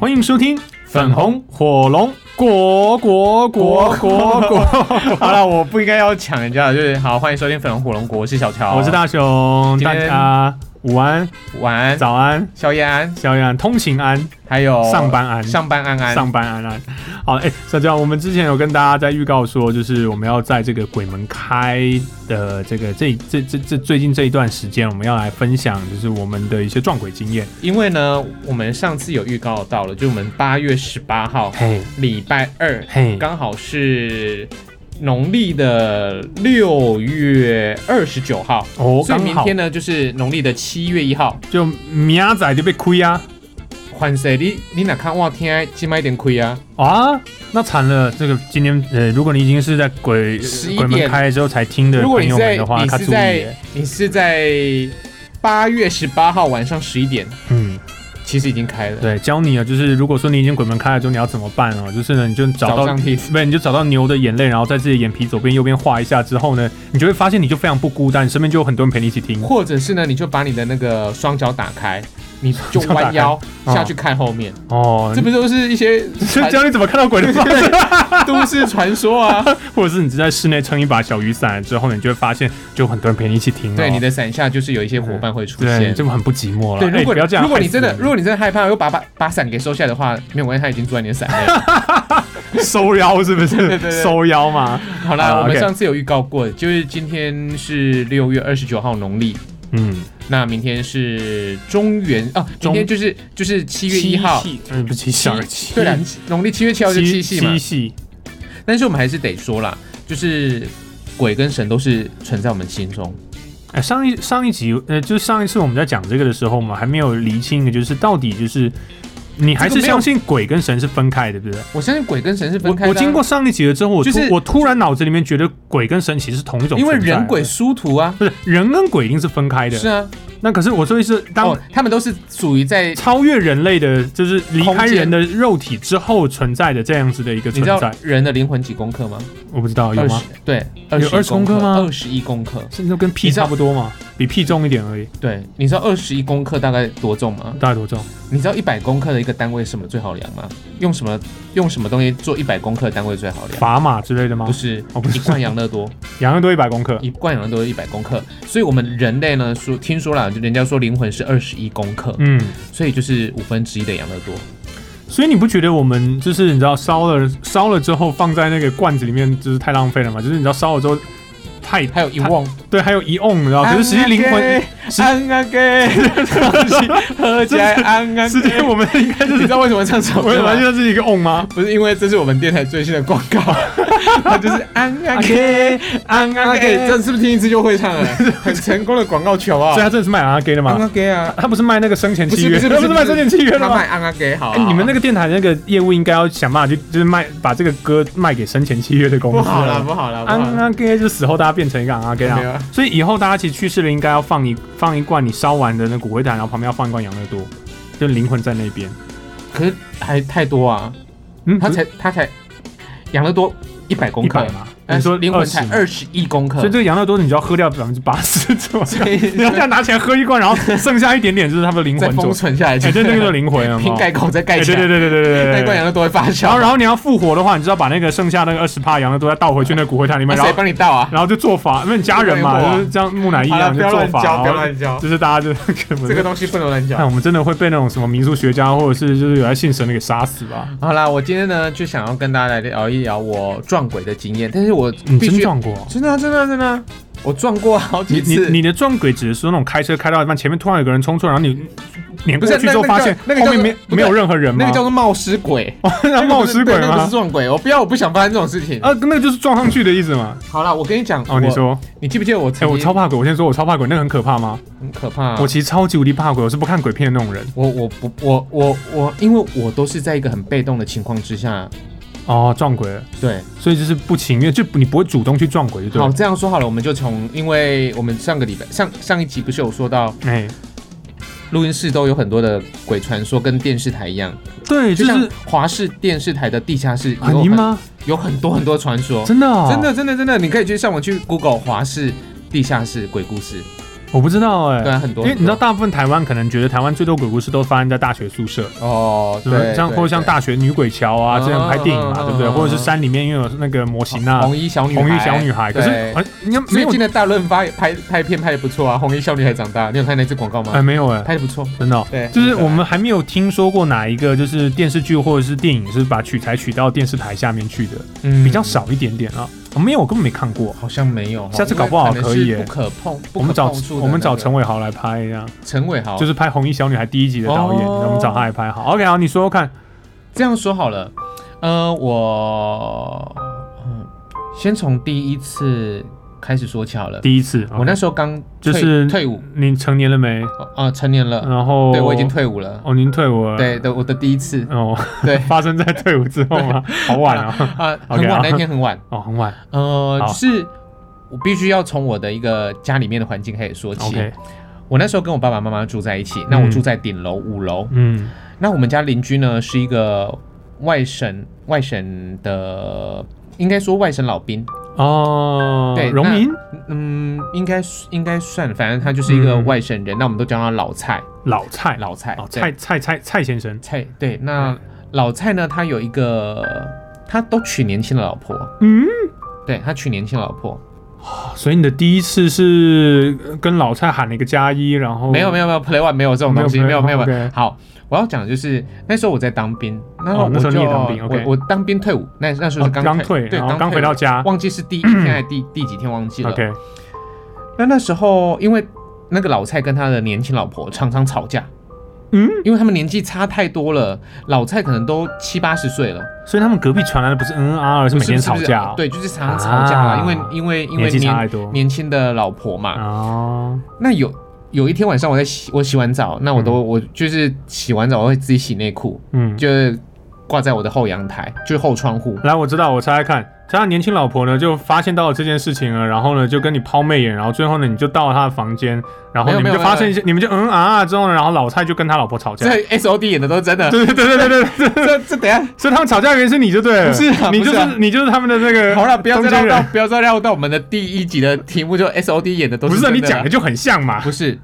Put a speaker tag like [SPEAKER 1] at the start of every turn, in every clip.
[SPEAKER 1] 欢迎收听粉红火龙果果果果果。
[SPEAKER 2] 好了，我不应该要抢人家的，就是好，欢迎收听粉红火龙果，我是小乔，
[SPEAKER 1] 我是大熊，
[SPEAKER 2] 今
[SPEAKER 1] 大
[SPEAKER 2] 天
[SPEAKER 1] 家午安、
[SPEAKER 2] 晚安
[SPEAKER 1] 早安、
[SPEAKER 2] 宵夜安，
[SPEAKER 1] 宵夜安、通勤安、
[SPEAKER 2] 还有
[SPEAKER 1] 上班安、
[SPEAKER 2] 上班安安，
[SPEAKER 1] 上班安安。好，哎、小娇，我们之前有跟大家在预告说，就是我们要在这个鬼门开的这个这这这这最近这一段时间，我们要来分享就是我们的一些撞鬼经验。
[SPEAKER 2] 因为呢，我们上次有预告到了，就我们八月十八号
[SPEAKER 1] 嘿，
[SPEAKER 2] 礼拜二，
[SPEAKER 1] 嘿，
[SPEAKER 2] 刚好是农历的六月二十九号。
[SPEAKER 1] 哦，
[SPEAKER 2] 所以
[SPEAKER 1] 刚
[SPEAKER 2] 明
[SPEAKER 1] 好
[SPEAKER 2] 天呢，就是农历的七月一号。
[SPEAKER 1] 就明仔就被亏啊
[SPEAKER 2] 换谁？你你哪看哇？天，今麦一点亏啊！
[SPEAKER 1] 啊，那惨了！这个今天呃，如果你已经是在鬼
[SPEAKER 2] 11
[SPEAKER 1] 鬼门
[SPEAKER 2] 点
[SPEAKER 1] 开之后才听的
[SPEAKER 2] 如果
[SPEAKER 1] 朋
[SPEAKER 2] 你
[SPEAKER 1] 友
[SPEAKER 2] 在
[SPEAKER 1] 们的话，
[SPEAKER 2] 你
[SPEAKER 1] 他
[SPEAKER 2] 是
[SPEAKER 1] 注意
[SPEAKER 2] 在
[SPEAKER 1] 耶，
[SPEAKER 2] 你是在八月十八号晚上十一点，
[SPEAKER 1] 嗯，
[SPEAKER 2] 其实已经开了。
[SPEAKER 1] 对，教你啊，就是如果说你已经鬼门开了之后，你要怎么办哦？就是呢，你就找
[SPEAKER 2] 早
[SPEAKER 1] 到
[SPEAKER 2] 上听，
[SPEAKER 1] 不是，你就找到牛的眼泪，然后在自己的眼皮左边、右边画一下之后呢，你就会发现你就非常不孤单，身边就有很多人陪你一起听。
[SPEAKER 2] 或者是呢，你就把你的那个双脚打开，你就
[SPEAKER 1] 双脚打开
[SPEAKER 2] 弯腰
[SPEAKER 1] 哦
[SPEAKER 2] 下去看后面，
[SPEAKER 1] 哦
[SPEAKER 2] 这，不就是一些
[SPEAKER 1] 这教你怎么看到鬼的方式，
[SPEAKER 2] 都市传说啊？
[SPEAKER 1] 或者是你在室内撑一把小雨伞之后呢，你就会发现就有很多人陪你一起听、哦。
[SPEAKER 2] 对，你的伞下就是有一些伙伴会出
[SPEAKER 1] 对，
[SPEAKER 2] 现。
[SPEAKER 1] 这个很不寂寞了。
[SPEAKER 2] 对，如
[SPEAKER 1] 哎
[SPEAKER 2] 果
[SPEAKER 1] 不要这样，
[SPEAKER 2] 如果你真的
[SPEAKER 1] 害，死
[SPEAKER 2] 如果你真的害怕，又把把把伞给收下来的话，没有关系，他已经坐在你的伞 内了。
[SPEAKER 1] 收腰是不是？
[SPEAKER 2] 对对
[SPEAKER 1] 收腰嘛。
[SPEAKER 2] 好啦，
[SPEAKER 1] 好
[SPEAKER 2] 我们
[SPEAKER 1] 啊 OK
[SPEAKER 2] 上次有预告过，就是今天是六月二十九号农历，
[SPEAKER 1] 嗯，
[SPEAKER 2] 那明天是中元啊，明
[SPEAKER 1] 中
[SPEAKER 2] 天就是就是七月一号，
[SPEAKER 1] 嗯，不是七小二七，
[SPEAKER 2] 对了，农历七月七号是七夕嘛
[SPEAKER 1] 七，系
[SPEAKER 2] 但是我们还是得说啦，就是鬼跟神都是存在我们心中。
[SPEAKER 1] 哎，上一上一集，呃，就是上一次我们在讲这个的时候，我们还没有厘清的，就是到底就是你还
[SPEAKER 2] 这
[SPEAKER 1] 是
[SPEAKER 2] 个没有
[SPEAKER 1] 相信鬼跟神是分开的，对不对？
[SPEAKER 2] 我相信鬼跟神是分开
[SPEAKER 1] 我
[SPEAKER 2] 的啊、
[SPEAKER 1] 我经过上一集了之后，我突、
[SPEAKER 2] 就是
[SPEAKER 1] 我突然脑子里面觉得鬼跟神其实是同一种存
[SPEAKER 2] 因
[SPEAKER 1] 在
[SPEAKER 2] 为
[SPEAKER 1] 的，
[SPEAKER 2] 人鬼殊途啊，
[SPEAKER 1] 不是人跟鬼一定是分开的。
[SPEAKER 2] 是啊，
[SPEAKER 1] 那可是我说的是，当
[SPEAKER 2] 哦，他们都是属于在
[SPEAKER 1] 超越人类的，就是离
[SPEAKER 2] 空
[SPEAKER 1] 开
[SPEAKER 2] 间
[SPEAKER 1] 人的肉体之后存在的这样子的一个
[SPEAKER 2] 你
[SPEAKER 1] 存
[SPEAKER 2] 知道
[SPEAKER 1] 在，
[SPEAKER 2] 人的灵魂几公克吗？
[SPEAKER 1] 我不知道有
[SPEAKER 2] 二
[SPEAKER 1] 吗
[SPEAKER 2] 十？对，
[SPEAKER 1] 有
[SPEAKER 2] 20
[SPEAKER 1] 20公克吗
[SPEAKER 2] 二十一公克。
[SPEAKER 1] 甚至跟屁
[SPEAKER 2] 你知道
[SPEAKER 1] 差不多嘛，比屁重一点而已。
[SPEAKER 2] 对，你知道二十一公克大概多重吗？
[SPEAKER 1] 大概多重？
[SPEAKER 2] 你知道一百公克的一个单位是什么最好量吗？用什么用什么东西做一百公克的单位最好量？
[SPEAKER 1] 砝码之类的吗
[SPEAKER 2] 不？是
[SPEAKER 1] 哦不是
[SPEAKER 2] 一罐养乐多，
[SPEAKER 1] 洋人都一百公克。
[SPEAKER 2] 一罐养乐多一百公克，所以我们人类呢说，听说啦，就人家说灵魂是二十一公克，
[SPEAKER 1] 嗯，
[SPEAKER 2] 所以就是五分之一的养乐多。
[SPEAKER 1] 所以你不觉得我们就是你知道烧了烧了之后放在那个罐子里面就是太浪费了吗？就是你知道烧了之后太
[SPEAKER 2] 还有一瓮，
[SPEAKER 1] 对，还有一 on 你知道，可是实际灵魂实
[SPEAKER 2] 安啊给， 合
[SPEAKER 1] 起来
[SPEAKER 2] 安啊
[SPEAKER 1] 实际我们应该就
[SPEAKER 2] 你
[SPEAKER 1] 是
[SPEAKER 2] 知道为什么唱这首
[SPEAKER 1] 我
[SPEAKER 2] 歌
[SPEAKER 1] 完
[SPEAKER 2] 吗？
[SPEAKER 1] 全是一个 on 吗？
[SPEAKER 2] 不是因为这是我们电台最新的广告，它就是安啊给，安啊给，这是不是听一次就会唱了？很成功的广告曲好不好
[SPEAKER 1] 所以？他真的是卖阿 gay 的
[SPEAKER 2] 安
[SPEAKER 1] 吗？
[SPEAKER 2] 啊给啊，
[SPEAKER 1] 他不是卖那个生前
[SPEAKER 2] 不
[SPEAKER 1] 契
[SPEAKER 2] 是
[SPEAKER 1] 约，
[SPEAKER 2] 不是
[SPEAKER 1] 他不是卖生前契约的
[SPEAKER 2] 他
[SPEAKER 1] 吗
[SPEAKER 2] 卖？安啊给好
[SPEAKER 1] 哎，，你们那
[SPEAKER 2] 个
[SPEAKER 1] 个电台那个业务应该要想办法去，就是卖把这个歌卖给生前契约的公司。
[SPEAKER 2] 不好了不好了不好
[SPEAKER 1] 安
[SPEAKER 2] 了，
[SPEAKER 1] 阿 gay 就死后大家变成一个安阿 gay
[SPEAKER 2] 没有
[SPEAKER 1] 啊
[SPEAKER 2] 啊，
[SPEAKER 1] 所以以后大家其实去世了应该要放一放一罐你烧完的那骨灰坛，然后旁边要放一罐养乐多，就灵魂在那边。
[SPEAKER 2] 可是还太多啊，
[SPEAKER 1] 嗯，
[SPEAKER 2] 他才他才养乐多一百公
[SPEAKER 1] 一
[SPEAKER 2] 克
[SPEAKER 1] 百。嘛？
[SPEAKER 2] 呃
[SPEAKER 1] 你说
[SPEAKER 2] 灵魂才
[SPEAKER 1] 20嘛
[SPEAKER 2] 二十一公克，
[SPEAKER 1] 所以这个养乐多你就要喝掉百分之八十 左右，
[SPEAKER 2] 以
[SPEAKER 1] 你要这样拿起来喝一罐，然后剩下一点点就是他们的灵
[SPEAKER 2] 再
[SPEAKER 1] 魂左
[SPEAKER 2] 封
[SPEAKER 1] 右。
[SPEAKER 2] 存下来，
[SPEAKER 1] 哎，对，那个就是灵魂啊。
[SPEAKER 2] 瓶盖口再
[SPEAKER 1] 哎，
[SPEAKER 2] 盖
[SPEAKER 1] 对
[SPEAKER 2] 起
[SPEAKER 1] 对
[SPEAKER 2] 来，
[SPEAKER 1] 对对对对对
[SPEAKER 2] 那
[SPEAKER 1] 对
[SPEAKER 2] 一罐
[SPEAKER 1] 对。
[SPEAKER 2] 养乐多会发酵。
[SPEAKER 1] 然后，然后你要复活的话，你就要把那个剩下那个二十帕羊乐多再倒回去那骨灰坛里面，
[SPEAKER 2] 那
[SPEAKER 1] 然
[SPEAKER 2] 谁
[SPEAKER 1] 后
[SPEAKER 2] 帮你倒啊？
[SPEAKER 1] 然后就做法，因为你家人嘛，
[SPEAKER 2] 不会有啊
[SPEAKER 1] 就是这样木乃伊一
[SPEAKER 2] 好了，
[SPEAKER 1] 样
[SPEAKER 2] 不
[SPEAKER 1] 就
[SPEAKER 2] 要
[SPEAKER 1] 做
[SPEAKER 2] 乱
[SPEAKER 1] 法，
[SPEAKER 2] 教，不要
[SPEAKER 1] 然后
[SPEAKER 2] 乱教，
[SPEAKER 1] 就是大家就 根本
[SPEAKER 2] 这个
[SPEAKER 1] 就
[SPEAKER 2] 东西不能乱
[SPEAKER 1] 看
[SPEAKER 2] 教。
[SPEAKER 1] 我们真的会被那种什么民俗学家或者是就是有来信神的给杀死吧？
[SPEAKER 2] 好啦，我今天呢就想要跟大家来聊一聊我撞鬼的经验，但是我
[SPEAKER 1] 你
[SPEAKER 2] 必
[SPEAKER 1] 嗯真
[SPEAKER 2] 须
[SPEAKER 1] 撞过？
[SPEAKER 2] 真的啊真的啊真的啊，我撞过好
[SPEAKER 1] 你
[SPEAKER 2] 几
[SPEAKER 1] 你
[SPEAKER 2] 次。
[SPEAKER 1] 你的撞鬼只是说那种开车开到一半，前面突然有个人冲出来，然后你碾过
[SPEAKER 2] 不是
[SPEAKER 1] 去
[SPEAKER 2] 那
[SPEAKER 1] 之后
[SPEAKER 2] 那个
[SPEAKER 1] 发
[SPEAKER 2] 叫
[SPEAKER 1] 现
[SPEAKER 2] 那个
[SPEAKER 1] 后
[SPEAKER 2] 叫
[SPEAKER 1] 面
[SPEAKER 2] 做
[SPEAKER 1] 没
[SPEAKER 2] 不
[SPEAKER 1] 没有
[SPEAKER 2] 对
[SPEAKER 1] 任何人
[SPEAKER 2] 那
[SPEAKER 1] 吗
[SPEAKER 2] 个？叫做冒失鬼，
[SPEAKER 1] 那冒失鬼
[SPEAKER 2] 那个不是
[SPEAKER 1] 吗？
[SPEAKER 2] 撞鬼，我不要，我不想发生这种事情。
[SPEAKER 1] 啊，那个就是撞上去的意思嘛。
[SPEAKER 2] 好啦，我跟你讲，
[SPEAKER 1] 哦，你
[SPEAKER 2] 我，
[SPEAKER 1] 说，
[SPEAKER 2] 你记不记得我曾
[SPEAKER 1] 哎，我
[SPEAKER 2] 经
[SPEAKER 1] 超怕鬼。我先说，我超怕鬼，那个很可怕吗？
[SPEAKER 2] 很可怕啊，
[SPEAKER 1] 我其实超级无敌怕鬼，我是不看鬼片的那种人。
[SPEAKER 2] 我我不我我我，因为我都是在一个很被动的情况之下，
[SPEAKER 1] 哦，撞鬼了，
[SPEAKER 2] 对，
[SPEAKER 1] 所以就是不情愿，就你不会主动去撞鬼，就对
[SPEAKER 2] 好，
[SPEAKER 1] 了。
[SPEAKER 2] 这样说好了，我们就从，因为我们上个礼拜上上一集不是有说到，
[SPEAKER 1] 哎，
[SPEAKER 2] 录音室都有很多的鬼传说，跟电视台一样，
[SPEAKER 1] 对，就
[SPEAKER 2] 就是像华视电视台的地下室
[SPEAKER 1] 啊，
[SPEAKER 2] 有
[SPEAKER 1] 您
[SPEAKER 2] 很、
[SPEAKER 1] 吗？
[SPEAKER 2] 有很多很多传说，
[SPEAKER 1] 真的、哦，
[SPEAKER 2] 真的真的真的，你可以去上网去 Google 华视地下室鬼故事，
[SPEAKER 1] 我不知道哎、
[SPEAKER 2] 对啊，很多，
[SPEAKER 1] 因为你知道，大部分台湾可能觉得台湾最多鬼故事都发生在大学宿舍，
[SPEAKER 2] 哦，
[SPEAKER 1] 对不对
[SPEAKER 2] 对，
[SPEAKER 1] 像
[SPEAKER 2] 对
[SPEAKER 1] 或者像
[SPEAKER 2] 对
[SPEAKER 1] 大学女鬼桥啊，
[SPEAKER 2] 嗯
[SPEAKER 1] 这样拍电影嘛，
[SPEAKER 2] 嗯
[SPEAKER 1] 对不对？
[SPEAKER 2] 嗯
[SPEAKER 1] 或者是山里面因为有那个模型啊，
[SPEAKER 2] 哦红衣小女
[SPEAKER 1] 红衣小女孩，可是
[SPEAKER 2] 对
[SPEAKER 1] 好像你看没
[SPEAKER 2] 最
[SPEAKER 1] 有
[SPEAKER 2] 近的大润发也拍拍片拍的不错啊，《红衣小女孩长大》，你有看那支广告
[SPEAKER 1] 哎
[SPEAKER 2] 吗？
[SPEAKER 1] 没有哎，
[SPEAKER 2] 拍的不错，
[SPEAKER 1] 真的哦
[SPEAKER 2] 对，
[SPEAKER 1] 就是
[SPEAKER 2] 很可爱
[SPEAKER 1] 我们还没有听说过哪一个就是电视剧或者是电影是把取材取到电视台下面去的，
[SPEAKER 2] 嗯
[SPEAKER 1] 比较，少一点点啊。我没有，我根本没看过。
[SPEAKER 2] 好像没有哦，
[SPEAKER 1] 下次搞不好
[SPEAKER 2] 因为
[SPEAKER 1] 可以耶
[SPEAKER 2] 能是不可碰，不可
[SPEAKER 1] 我们找
[SPEAKER 2] 碰触的
[SPEAKER 1] 我们找
[SPEAKER 2] 那个
[SPEAKER 1] 陈伟豪来拍一下，
[SPEAKER 2] 陈伟豪，
[SPEAKER 1] 就
[SPEAKER 2] 就是
[SPEAKER 1] 是拍《红衣小女孩》第一集的导演，
[SPEAKER 2] 哦
[SPEAKER 1] 我们找他来拍。好，OK，好，你说说看。
[SPEAKER 2] 这样说好了，呃，我嗯，先从第一次开始说起好了。
[SPEAKER 1] 第一次，
[SPEAKER 2] 我那时候刚
[SPEAKER 1] 就
[SPEAKER 2] 退
[SPEAKER 1] 是嗯
[SPEAKER 2] 退伍，
[SPEAKER 1] 您成年了没？
[SPEAKER 2] 啊、成年了，
[SPEAKER 1] 然后
[SPEAKER 2] 对我已经退伍了。
[SPEAKER 1] 哦，您退伍了。
[SPEAKER 2] 对的，我的第一 次
[SPEAKER 1] 哦，
[SPEAKER 2] 对
[SPEAKER 1] 发生在退伍之后吗？好晚啊，
[SPEAKER 2] 啊，
[SPEAKER 1] OK，
[SPEAKER 2] 很晚
[SPEAKER 1] 好，
[SPEAKER 2] 那一天很晚。
[SPEAKER 1] 哦，很晚。
[SPEAKER 2] 呃，
[SPEAKER 1] 好
[SPEAKER 2] 就是我必须要从我的一个家里面的环境开始说起。
[SPEAKER 1] OK，
[SPEAKER 2] 我那时候跟我爸爸妈妈住在一起，那我住在顶楼五楼。
[SPEAKER 1] 嗯
[SPEAKER 2] 那我们家邻居呢是一个外省外省的，应该说外省老兵，
[SPEAKER 1] 哦，
[SPEAKER 2] 对
[SPEAKER 1] 荣
[SPEAKER 2] 那
[SPEAKER 1] 民
[SPEAKER 2] 嗯，应该是应该算，反正他就是一个
[SPEAKER 1] 嗯
[SPEAKER 2] 外省人，那我们都叫他老蔡，
[SPEAKER 1] 老蔡
[SPEAKER 2] 老蔡，
[SPEAKER 1] 哦
[SPEAKER 2] 对
[SPEAKER 1] 蔡蔡蔡蔡先生，
[SPEAKER 2] 蔡，对，那老蔡呢，他有一个，他都娶年轻的老婆，
[SPEAKER 1] 嗯，哦
[SPEAKER 2] 对他娶年轻的老婆，
[SPEAKER 1] 所以你的第一次是呃跟老蔡喊了一个加一，然后
[SPEAKER 2] 没有没有没有 play one 没有这种东西，
[SPEAKER 1] 哦没
[SPEAKER 2] 没
[SPEAKER 1] 有
[SPEAKER 2] 有
[SPEAKER 1] play
[SPEAKER 2] 没有
[SPEAKER 1] one，
[SPEAKER 2] 没有
[SPEAKER 1] OK。
[SPEAKER 2] 好，我要讲的就是那时候我在当兵，然后
[SPEAKER 1] 哦
[SPEAKER 2] 我
[SPEAKER 1] 那时
[SPEAKER 2] 就
[SPEAKER 1] 候你也当兵，OK
[SPEAKER 2] 我我当兵退伍，那那时候
[SPEAKER 1] 哦
[SPEAKER 2] 是
[SPEAKER 1] 刚
[SPEAKER 2] 退，对，
[SPEAKER 1] 然后
[SPEAKER 2] 刚
[SPEAKER 1] 刚回到家
[SPEAKER 2] 忘记是第一天还是第第几天忘记了。
[SPEAKER 1] ，OK，
[SPEAKER 2] 那那时候因为那个老蔡跟他的年轻老婆常常吵架，
[SPEAKER 1] 嗯，
[SPEAKER 2] 因为他们年纪差太多了，老蔡可能都七八十岁了，
[SPEAKER 1] 所以他们隔壁传来的不是嗯嗯啊，而是每天
[SPEAKER 2] 不
[SPEAKER 1] 吵
[SPEAKER 2] 是不是
[SPEAKER 1] 架哦，
[SPEAKER 2] 对，就是常常吵架
[SPEAKER 1] 啊
[SPEAKER 2] 啦，因为因为因
[SPEAKER 1] 年
[SPEAKER 2] 为
[SPEAKER 1] 纪差太
[SPEAKER 2] 年
[SPEAKER 1] 多
[SPEAKER 2] 年轻的老婆嘛，
[SPEAKER 1] 哦，
[SPEAKER 2] 那有有一天晚上我在洗，我洗完澡，那我都、我就是洗完澡我会自己洗内裤，
[SPEAKER 1] 嗯，
[SPEAKER 2] 就是挂在我的后阳台，就是后窗户。
[SPEAKER 1] 来，我知道，我猜猜看，他的年轻老婆呢就发现到了这件事情了，然后呢就跟你抛媚眼，然后最后呢你就到了他的房间，然后
[SPEAKER 2] 没有
[SPEAKER 1] 你
[SPEAKER 2] 没
[SPEAKER 1] 们
[SPEAKER 2] 有
[SPEAKER 1] 就发生一些，你们就嗯啊啊之后呢，然后老蔡就跟他老婆吵架
[SPEAKER 2] 这，S O D 演的都是真的，
[SPEAKER 1] 对对对对对对，
[SPEAKER 2] 这这等一下，
[SPEAKER 1] 所以他们吵架的原因是你就对了，
[SPEAKER 2] 不是啊
[SPEAKER 1] 你就是
[SPEAKER 2] 不是啊
[SPEAKER 1] 你就是他们的那个
[SPEAKER 2] 好了，不要
[SPEAKER 1] 中
[SPEAKER 2] 再
[SPEAKER 1] 间
[SPEAKER 2] 绕到
[SPEAKER 1] 人，
[SPEAKER 2] 不要再绕到我们的第一集的题目，就 S O D 演的都
[SPEAKER 1] 不
[SPEAKER 2] 是
[SPEAKER 1] 是啊
[SPEAKER 2] 真
[SPEAKER 1] 你
[SPEAKER 2] 的
[SPEAKER 1] 讲的就很像嘛，
[SPEAKER 2] 不是，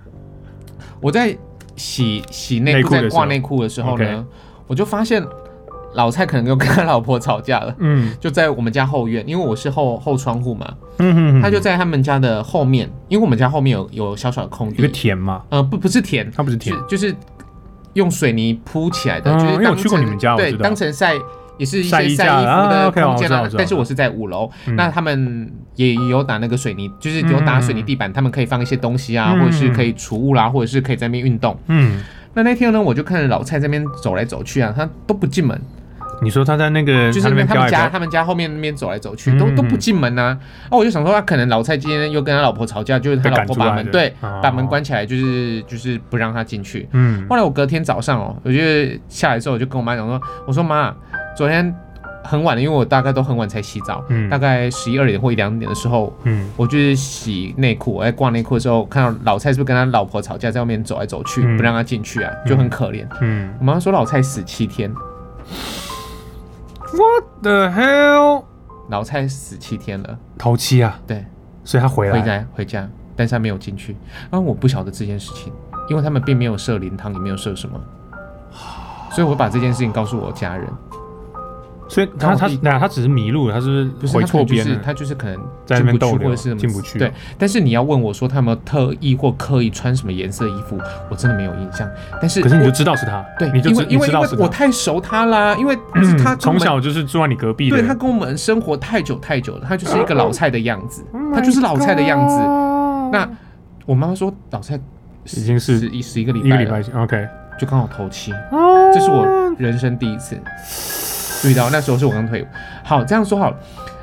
[SPEAKER 2] 我在洗洗内
[SPEAKER 1] 内
[SPEAKER 2] 裤
[SPEAKER 1] 裤的时
[SPEAKER 2] 在
[SPEAKER 1] 候
[SPEAKER 2] 挂内裤的时候呢
[SPEAKER 1] OK
[SPEAKER 2] 我就发现老蔡可能又跟他老婆吵架了。
[SPEAKER 1] 嗯
[SPEAKER 2] 就在我们家后院，因为我是后后窗户嘛，
[SPEAKER 1] 嗯哼，
[SPEAKER 2] 他就在他们家的后面，因为我们家后面有有小小的空
[SPEAKER 1] 一个
[SPEAKER 2] 地，
[SPEAKER 1] 田嘛，
[SPEAKER 2] 呃，不不是田，
[SPEAKER 1] 他不是田
[SPEAKER 2] 是，就是用水泥铺起来的，
[SPEAKER 1] 嗯
[SPEAKER 2] 就是
[SPEAKER 1] 因为我
[SPEAKER 2] 当
[SPEAKER 1] 去过
[SPEAKER 2] 成
[SPEAKER 1] 你们家我
[SPEAKER 2] 对，
[SPEAKER 1] 知道
[SPEAKER 2] 当成晒也是一些
[SPEAKER 1] 晒
[SPEAKER 2] 晒
[SPEAKER 1] 衣
[SPEAKER 2] 衣服
[SPEAKER 1] 架啊
[SPEAKER 2] 的
[SPEAKER 1] ，OK，我
[SPEAKER 2] 空间
[SPEAKER 1] 知道我
[SPEAKER 2] 啊
[SPEAKER 1] 知道，
[SPEAKER 2] 但是我是在五楼，
[SPEAKER 1] 嗯
[SPEAKER 2] 那他们也有打那个水泥，就是有打水泥地板，他们可以放一些东西啊，
[SPEAKER 1] 嗯
[SPEAKER 2] 或者是可以储物啦，或者是可以在那边运动。
[SPEAKER 1] 嗯，
[SPEAKER 2] 那那天呢，我就看着老蔡这边走来走去啊，他都不进门，
[SPEAKER 1] 你说他在那个
[SPEAKER 2] 就是
[SPEAKER 1] 嗯他
[SPEAKER 2] 那
[SPEAKER 1] 那边
[SPEAKER 2] 边他
[SPEAKER 1] 飙来
[SPEAKER 2] 们家
[SPEAKER 1] 飙，
[SPEAKER 2] 他们家后面那边走来走去，都
[SPEAKER 1] 嗯
[SPEAKER 2] 都不进门呐、啊。我就想说，他可能老蔡今天又跟他老婆吵架，就是他
[SPEAKER 1] 被
[SPEAKER 2] 老
[SPEAKER 1] 赶
[SPEAKER 2] 婆
[SPEAKER 1] 出
[SPEAKER 2] 把
[SPEAKER 1] 来的，
[SPEAKER 2] 门对，
[SPEAKER 1] 哦
[SPEAKER 2] 把门，关起来，就是就是不让他进去。
[SPEAKER 1] 嗯
[SPEAKER 2] 后来我隔天早上哦，我就下来之后，我就跟我妈讲说，我说妈，昨天很晚了，因为我大概都很晚才洗澡，
[SPEAKER 1] 嗯
[SPEAKER 2] 大概十一二点或一两点的时候，
[SPEAKER 1] 嗯
[SPEAKER 2] 我就是洗内裤，我在挂内裤的时候，看到老蔡是不是跟他老婆吵架，在外面走来走去，
[SPEAKER 1] 嗯
[SPEAKER 2] 不让他进去啊，就很可怜。
[SPEAKER 1] 嗯
[SPEAKER 2] 我妈说老蔡死七天，
[SPEAKER 1] ，What the hell，
[SPEAKER 2] 老蔡死七天了，
[SPEAKER 1] 头七啊，
[SPEAKER 2] 对，
[SPEAKER 1] 所以他回
[SPEAKER 2] 回
[SPEAKER 1] 来，
[SPEAKER 2] 家回家，但是他没有进去，然后我不晓得这件事情，因为他们并没有设灵堂，也没有设什么，所以我把这件事情告诉我家人，
[SPEAKER 1] 所以他他那他只是迷路了，他是不
[SPEAKER 2] 不
[SPEAKER 1] 是
[SPEAKER 2] 是
[SPEAKER 1] 回
[SPEAKER 2] 他可
[SPEAKER 1] 错
[SPEAKER 2] 能就
[SPEAKER 1] 边
[SPEAKER 2] 是
[SPEAKER 1] 了？
[SPEAKER 2] 他就是可能
[SPEAKER 1] 在那
[SPEAKER 2] 进
[SPEAKER 1] 边
[SPEAKER 2] 不
[SPEAKER 1] 逗
[SPEAKER 2] 去
[SPEAKER 1] 留
[SPEAKER 2] 或者是什么
[SPEAKER 1] 进不去哦
[SPEAKER 2] 对，但是你要问我说他有没有特意或刻意穿什么颜色的衣服，我真的没有印象，但是
[SPEAKER 1] 可是你就
[SPEAKER 2] 我
[SPEAKER 1] 知道是他，
[SPEAKER 2] 对，
[SPEAKER 1] 你就
[SPEAKER 2] 因
[SPEAKER 1] 知
[SPEAKER 2] 为因
[SPEAKER 1] 你
[SPEAKER 2] 为
[SPEAKER 1] 知
[SPEAKER 2] 因
[SPEAKER 1] 道
[SPEAKER 2] 为
[SPEAKER 1] 是
[SPEAKER 2] 我
[SPEAKER 1] 他，嗯
[SPEAKER 2] 太熟他啦，因为是他跟我
[SPEAKER 1] 从
[SPEAKER 2] 们
[SPEAKER 1] 小就是住在你隔壁的，
[SPEAKER 2] 对他跟我们生活太久太久了，他就是一个老蔡的样子，
[SPEAKER 1] 嗯
[SPEAKER 2] 他就是老蔡的样子。
[SPEAKER 1] Oh
[SPEAKER 2] 那我妈妈说老蔡
[SPEAKER 1] 哎已经是
[SPEAKER 2] 十一十一个礼
[SPEAKER 1] 一个
[SPEAKER 2] 拜
[SPEAKER 1] 礼
[SPEAKER 2] 了，
[SPEAKER 1] 拜前，OK，
[SPEAKER 2] 就刚好头七，这是我人生第一次遇到。那时候是我刚退伍。好，这样说好了。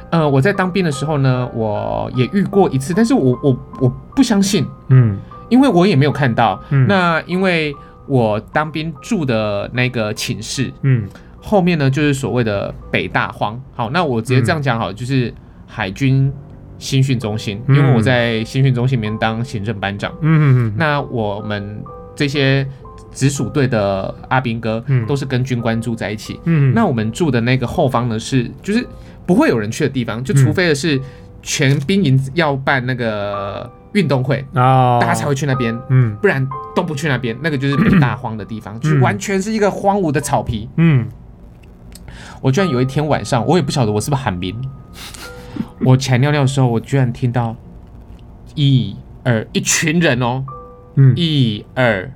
[SPEAKER 2] 呃，我在当兵的时候呢，我也遇过一次，但是我我我不相信，
[SPEAKER 1] 嗯
[SPEAKER 2] 因为我也没有看到。
[SPEAKER 1] 嗯
[SPEAKER 2] 那因为我当兵住的那个寝室
[SPEAKER 1] 嗯
[SPEAKER 2] 后面呢，就是所谓的北大荒。好，那我直接这样讲好了，就是海军新训中心，因为
[SPEAKER 1] 嗯
[SPEAKER 2] 我在新训中心里面当行政班长。
[SPEAKER 1] 嗯嗯嗯，
[SPEAKER 2] 那我们这些直属队的阿兵哥
[SPEAKER 1] 嗯，
[SPEAKER 2] 都是跟军官住在一起。
[SPEAKER 1] 嗯
[SPEAKER 2] 那我们住的那个后方呢，是
[SPEAKER 1] 嗯
[SPEAKER 2] 就是不会有人去的地方，就除非的是全兵营要办那个运动会，
[SPEAKER 1] 啊，
[SPEAKER 2] 大家才会去那边，
[SPEAKER 1] 嗯
[SPEAKER 2] 不然都不去那边，那个就是大荒的地方，就是完全是一个荒芜的草皮。
[SPEAKER 1] 嗯，
[SPEAKER 2] 我居然有一天晚上，我也不晓得我是不是喊名，我前尿尿的时候，我居然听到一二一群人哦，
[SPEAKER 1] 嗯
[SPEAKER 2] 一二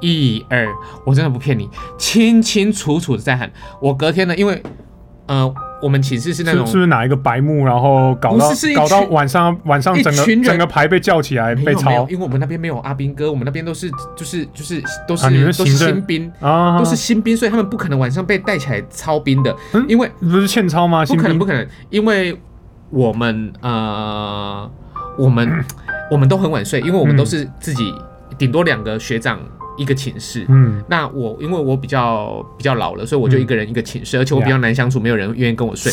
[SPEAKER 2] 一二，我真的不骗你，清清楚楚的在喊。我隔天呢，因为呃，我们寝室是那
[SPEAKER 1] 是
[SPEAKER 2] 种
[SPEAKER 1] 是不是哪一个白目，然后搞到
[SPEAKER 2] 不是是一群
[SPEAKER 1] 搞到晚上晚上整
[SPEAKER 2] 一
[SPEAKER 1] 个
[SPEAKER 2] 群人
[SPEAKER 1] 整个排被叫起来
[SPEAKER 2] 没
[SPEAKER 1] 被
[SPEAKER 2] 有没有
[SPEAKER 1] 抄
[SPEAKER 2] 因为我们那边没有阿兵哥，我们那边都是就是就是都是、
[SPEAKER 1] 啊你们是
[SPEAKER 2] 都是
[SPEAKER 1] 行政
[SPEAKER 2] 新兵。
[SPEAKER 1] 啊，
[SPEAKER 2] 都是新兵，所以他们不可能晚上被带起来操兵的，
[SPEAKER 1] 嗯
[SPEAKER 2] 因为
[SPEAKER 1] 不是欠抄吗？
[SPEAKER 2] 不
[SPEAKER 1] 新
[SPEAKER 2] 可能，
[SPEAKER 1] 兵
[SPEAKER 2] 不可能，因为我们呃，我们我们都很晚睡，因为我
[SPEAKER 1] 嗯
[SPEAKER 2] 们都是自己顶多两个学长一个寝室。
[SPEAKER 1] 嗯
[SPEAKER 2] 那我因为我比较比较老了，所以我就一个人一个寝室，而且我比较难相处，没有人愿意 跟我睡。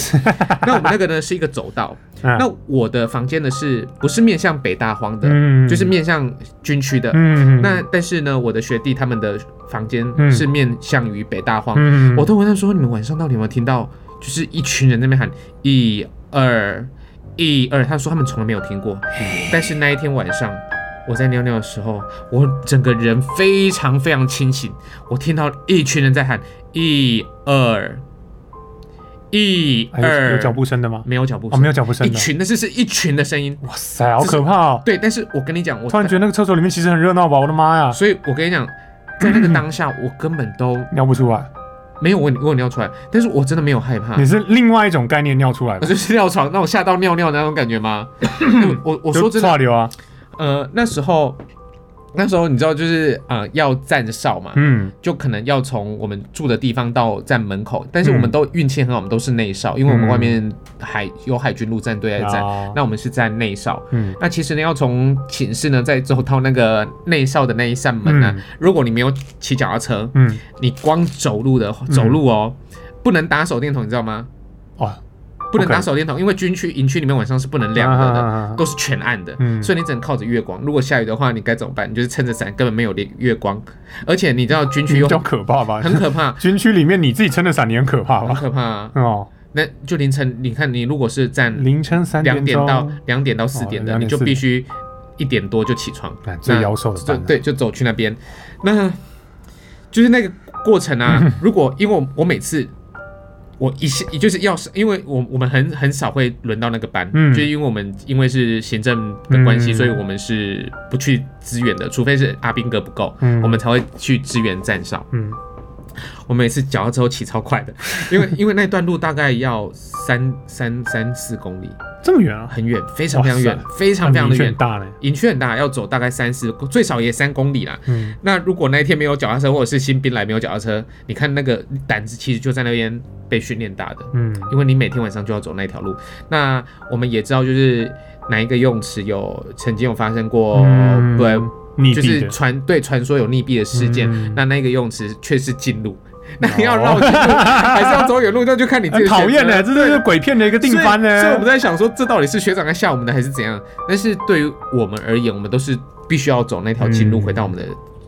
[SPEAKER 2] 那我们那个呢是一个走道，
[SPEAKER 1] 啊
[SPEAKER 2] 那我的房间呢是不是面向北大荒的，
[SPEAKER 1] 嗯
[SPEAKER 2] 就是面向军区的。
[SPEAKER 1] 嗯嗯
[SPEAKER 2] 那但是呢，我的学弟他们的房间
[SPEAKER 1] 嗯
[SPEAKER 2] 是面向于北大荒，
[SPEAKER 1] 嗯
[SPEAKER 2] 我都问他说：“你们晚上到底有没有听到？就是一群人在那边喊一二一二。”他说他们从来没有听过，但是那一天晚上我在尿尿的时候，我整个人非常非常清醒，我听到一群人在喊一二一
[SPEAKER 1] 还哎有有
[SPEAKER 2] 二，
[SPEAKER 1] 脚步声的吗？
[SPEAKER 2] 没有脚步
[SPEAKER 1] 哦，
[SPEAKER 2] 声，
[SPEAKER 1] 没有脚步声
[SPEAKER 2] 一
[SPEAKER 1] 的，
[SPEAKER 2] 群，那是是一群的声音。
[SPEAKER 1] 哇塞，好可怕哦！
[SPEAKER 2] 对，但是我跟你讲，我
[SPEAKER 1] 突然觉得那个厕所里面其实很热闹吧，我的妈呀，
[SPEAKER 2] 所以我跟你讲，在那个当下，我根本都
[SPEAKER 1] 尿不出来，
[SPEAKER 2] 没有我我尿出来，但是我真的没有害怕
[SPEAKER 1] 你。是另外一种概念尿出来
[SPEAKER 2] 我
[SPEAKER 1] 吧，
[SPEAKER 2] 嗯就是尿床，那我吓到尿尿的那种感 觉吗？嗯我我说
[SPEAKER 1] 就
[SPEAKER 2] 真的，
[SPEAKER 1] 岔流啊，
[SPEAKER 2] 呃，那时候那时候你知道就是呃要站哨嘛，
[SPEAKER 1] 嗯
[SPEAKER 2] 就可能要从我们住的地方到站门口，但是我们
[SPEAKER 1] 嗯
[SPEAKER 2] 都运气很好，我们都是内哨，因为我们
[SPEAKER 1] 嗯
[SPEAKER 2] 外面海有海军陆战队在站，
[SPEAKER 1] 哦
[SPEAKER 2] 那我们是站内哨。
[SPEAKER 1] 嗯
[SPEAKER 2] 那其实呢，要从寝室呢再走到那个内哨的那一扇门呢、啊
[SPEAKER 1] 嗯
[SPEAKER 2] 如果你没有骑脚踏车，
[SPEAKER 1] 嗯，
[SPEAKER 2] 你光走路的走路哦，不能打手电筒，你知道吗？
[SPEAKER 1] 哦，
[SPEAKER 2] 不
[SPEAKER 1] 不
[SPEAKER 2] 能
[SPEAKER 1] 可以
[SPEAKER 2] 打手电筒，因为军区营区里面晚上是不能亮
[SPEAKER 1] 啊
[SPEAKER 2] 的
[SPEAKER 1] 啊啊
[SPEAKER 2] 的
[SPEAKER 1] 啊，
[SPEAKER 2] 都是全暗的，
[SPEAKER 1] 嗯
[SPEAKER 2] 所以你只能靠着月光。如果下雨的话，你该怎么办？你就是撑着伞，根本没有月光。而且你知道军区
[SPEAKER 1] 比
[SPEAKER 2] 有
[SPEAKER 1] 较可怕吧？
[SPEAKER 2] 很可怕，
[SPEAKER 1] 军区里面你自己撑的伞，你很可怕
[SPEAKER 2] 很
[SPEAKER 1] 吧？
[SPEAKER 2] 可怕、啊。
[SPEAKER 1] 哦，
[SPEAKER 2] 那就凌晨，你看你如果是站
[SPEAKER 1] 凌晨三
[SPEAKER 2] 两点
[SPEAKER 1] 钟
[SPEAKER 2] 到两点到四
[SPEAKER 1] 哦
[SPEAKER 2] 点的，
[SPEAKER 1] 两
[SPEAKER 2] 你
[SPEAKER 1] 点
[SPEAKER 2] 就
[SPEAKER 1] 四
[SPEAKER 2] 必
[SPEAKER 1] 点
[SPEAKER 2] 须一点多就起床，
[SPEAKER 1] 哎最
[SPEAKER 2] 那
[SPEAKER 1] 妖兽的
[SPEAKER 2] 就
[SPEAKER 1] 班了
[SPEAKER 2] 对，就走去那边。那就是那个过程
[SPEAKER 1] 嗯
[SPEAKER 2] 啊，如果因为我我每次。我一下就是要是，因为我我们很很少会轮到那个班，
[SPEAKER 1] 嗯
[SPEAKER 2] 就是因为我们因为是行政的关系，
[SPEAKER 1] 嗯
[SPEAKER 2] 所以我们是不去支援的，除非是阿兵哥不够，
[SPEAKER 1] 嗯
[SPEAKER 2] 我们才会去支援站哨。
[SPEAKER 1] 嗯
[SPEAKER 2] 我每次脚踏车骑超快的，因为因为那段路大概要三三三四公里，
[SPEAKER 1] 这么远啊，
[SPEAKER 2] 很远，非常非常远
[SPEAKER 1] 哇，
[SPEAKER 2] 非常非常的
[SPEAKER 1] 明确
[SPEAKER 2] 远
[SPEAKER 1] 很。大嘞，
[SPEAKER 2] 营区很大，要走大概三四，最少也三公里啦。
[SPEAKER 1] 嗯
[SPEAKER 2] 那如果那一天没有脚踏车，或者是新兵来没有脚踏车，你看那个胆子其实就在那边被训练大的，
[SPEAKER 1] 嗯
[SPEAKER 2] 因为你每天晚上就要走那条路。那我们也知道，就是哪一个泳池有曾经有发生过，
[SPEAKER 1] 嗯
[SPEAKER 2] 对，
[SPEAKER 1] 你
[SPEAKER 2] 就
[SPEAKER 1] 闭
[SPEAKER 2] 是
[SPEAKER 1] 的
[SPEAKER 2] 传对传说有溺毙的事件，
[SPEAKER 1] 嗯
[SPEAKER 2] 那那个泳池却是近路， 那
[SPEAKER 1] 哦
[SPEAKER 2] 你要绕近路还是要走远路，那就看你自己
[SPEAKER 1] 很
[SPEAKER 2] 的选择
[SPEAKER 1] 哎 讨厌呢，这就是
[SPEAKER 2] 对
[SPEAKER 1] 鬼片的一个定番
[SPEAKER 2] 所以所以我
[SPEAKER 1] 呢
[SPEAKER 2] 们。在想说，这到底是学长在吓我们的，还是怎样？但是对于我们而言，我们都是必须要走那条近路
[SPEAKER 1] 嗯
[SPEAKER 2] 回到我们的、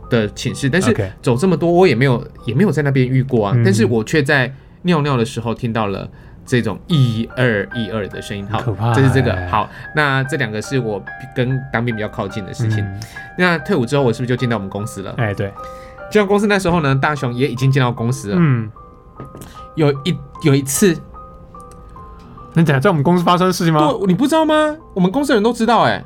[SPEAKER 2] 的寝室。但是
[SPEAKER 1] OK
[SPEAKER 2] 走这么多，我也没有也没有在那边遇过啊。
[SPEAKER 1] 嗯
[SPEAKER 2] 但是我却在尿尿的时候听到了。这种一二一二的声音，好，
[SPEAKER 1] 很可怕
[SPEAKER 2] 这是这个
[SPEAKER 1] 欸
[SPEAKER 2] 好。那这两个是我跟当兵比较靠近的事情。
[SPEAKER 1] 嗯
[SPEAKER 2] 那退伍之后，我是不是就进到我们公司了？
[SPEAKER 1] 哎，对，
[SPEAKER 2] 进到公司那时候呢，大雄也已经进到公司了。
[SPEAKER 1] 嗯，
[SPEAKER 2] 有一有一次，
[SPEAKER 1] 那讲在我们公司发生的事情吗？
[SPEAKER 2] 对，你不知道吗？我们公司的人都知道、欸，哎，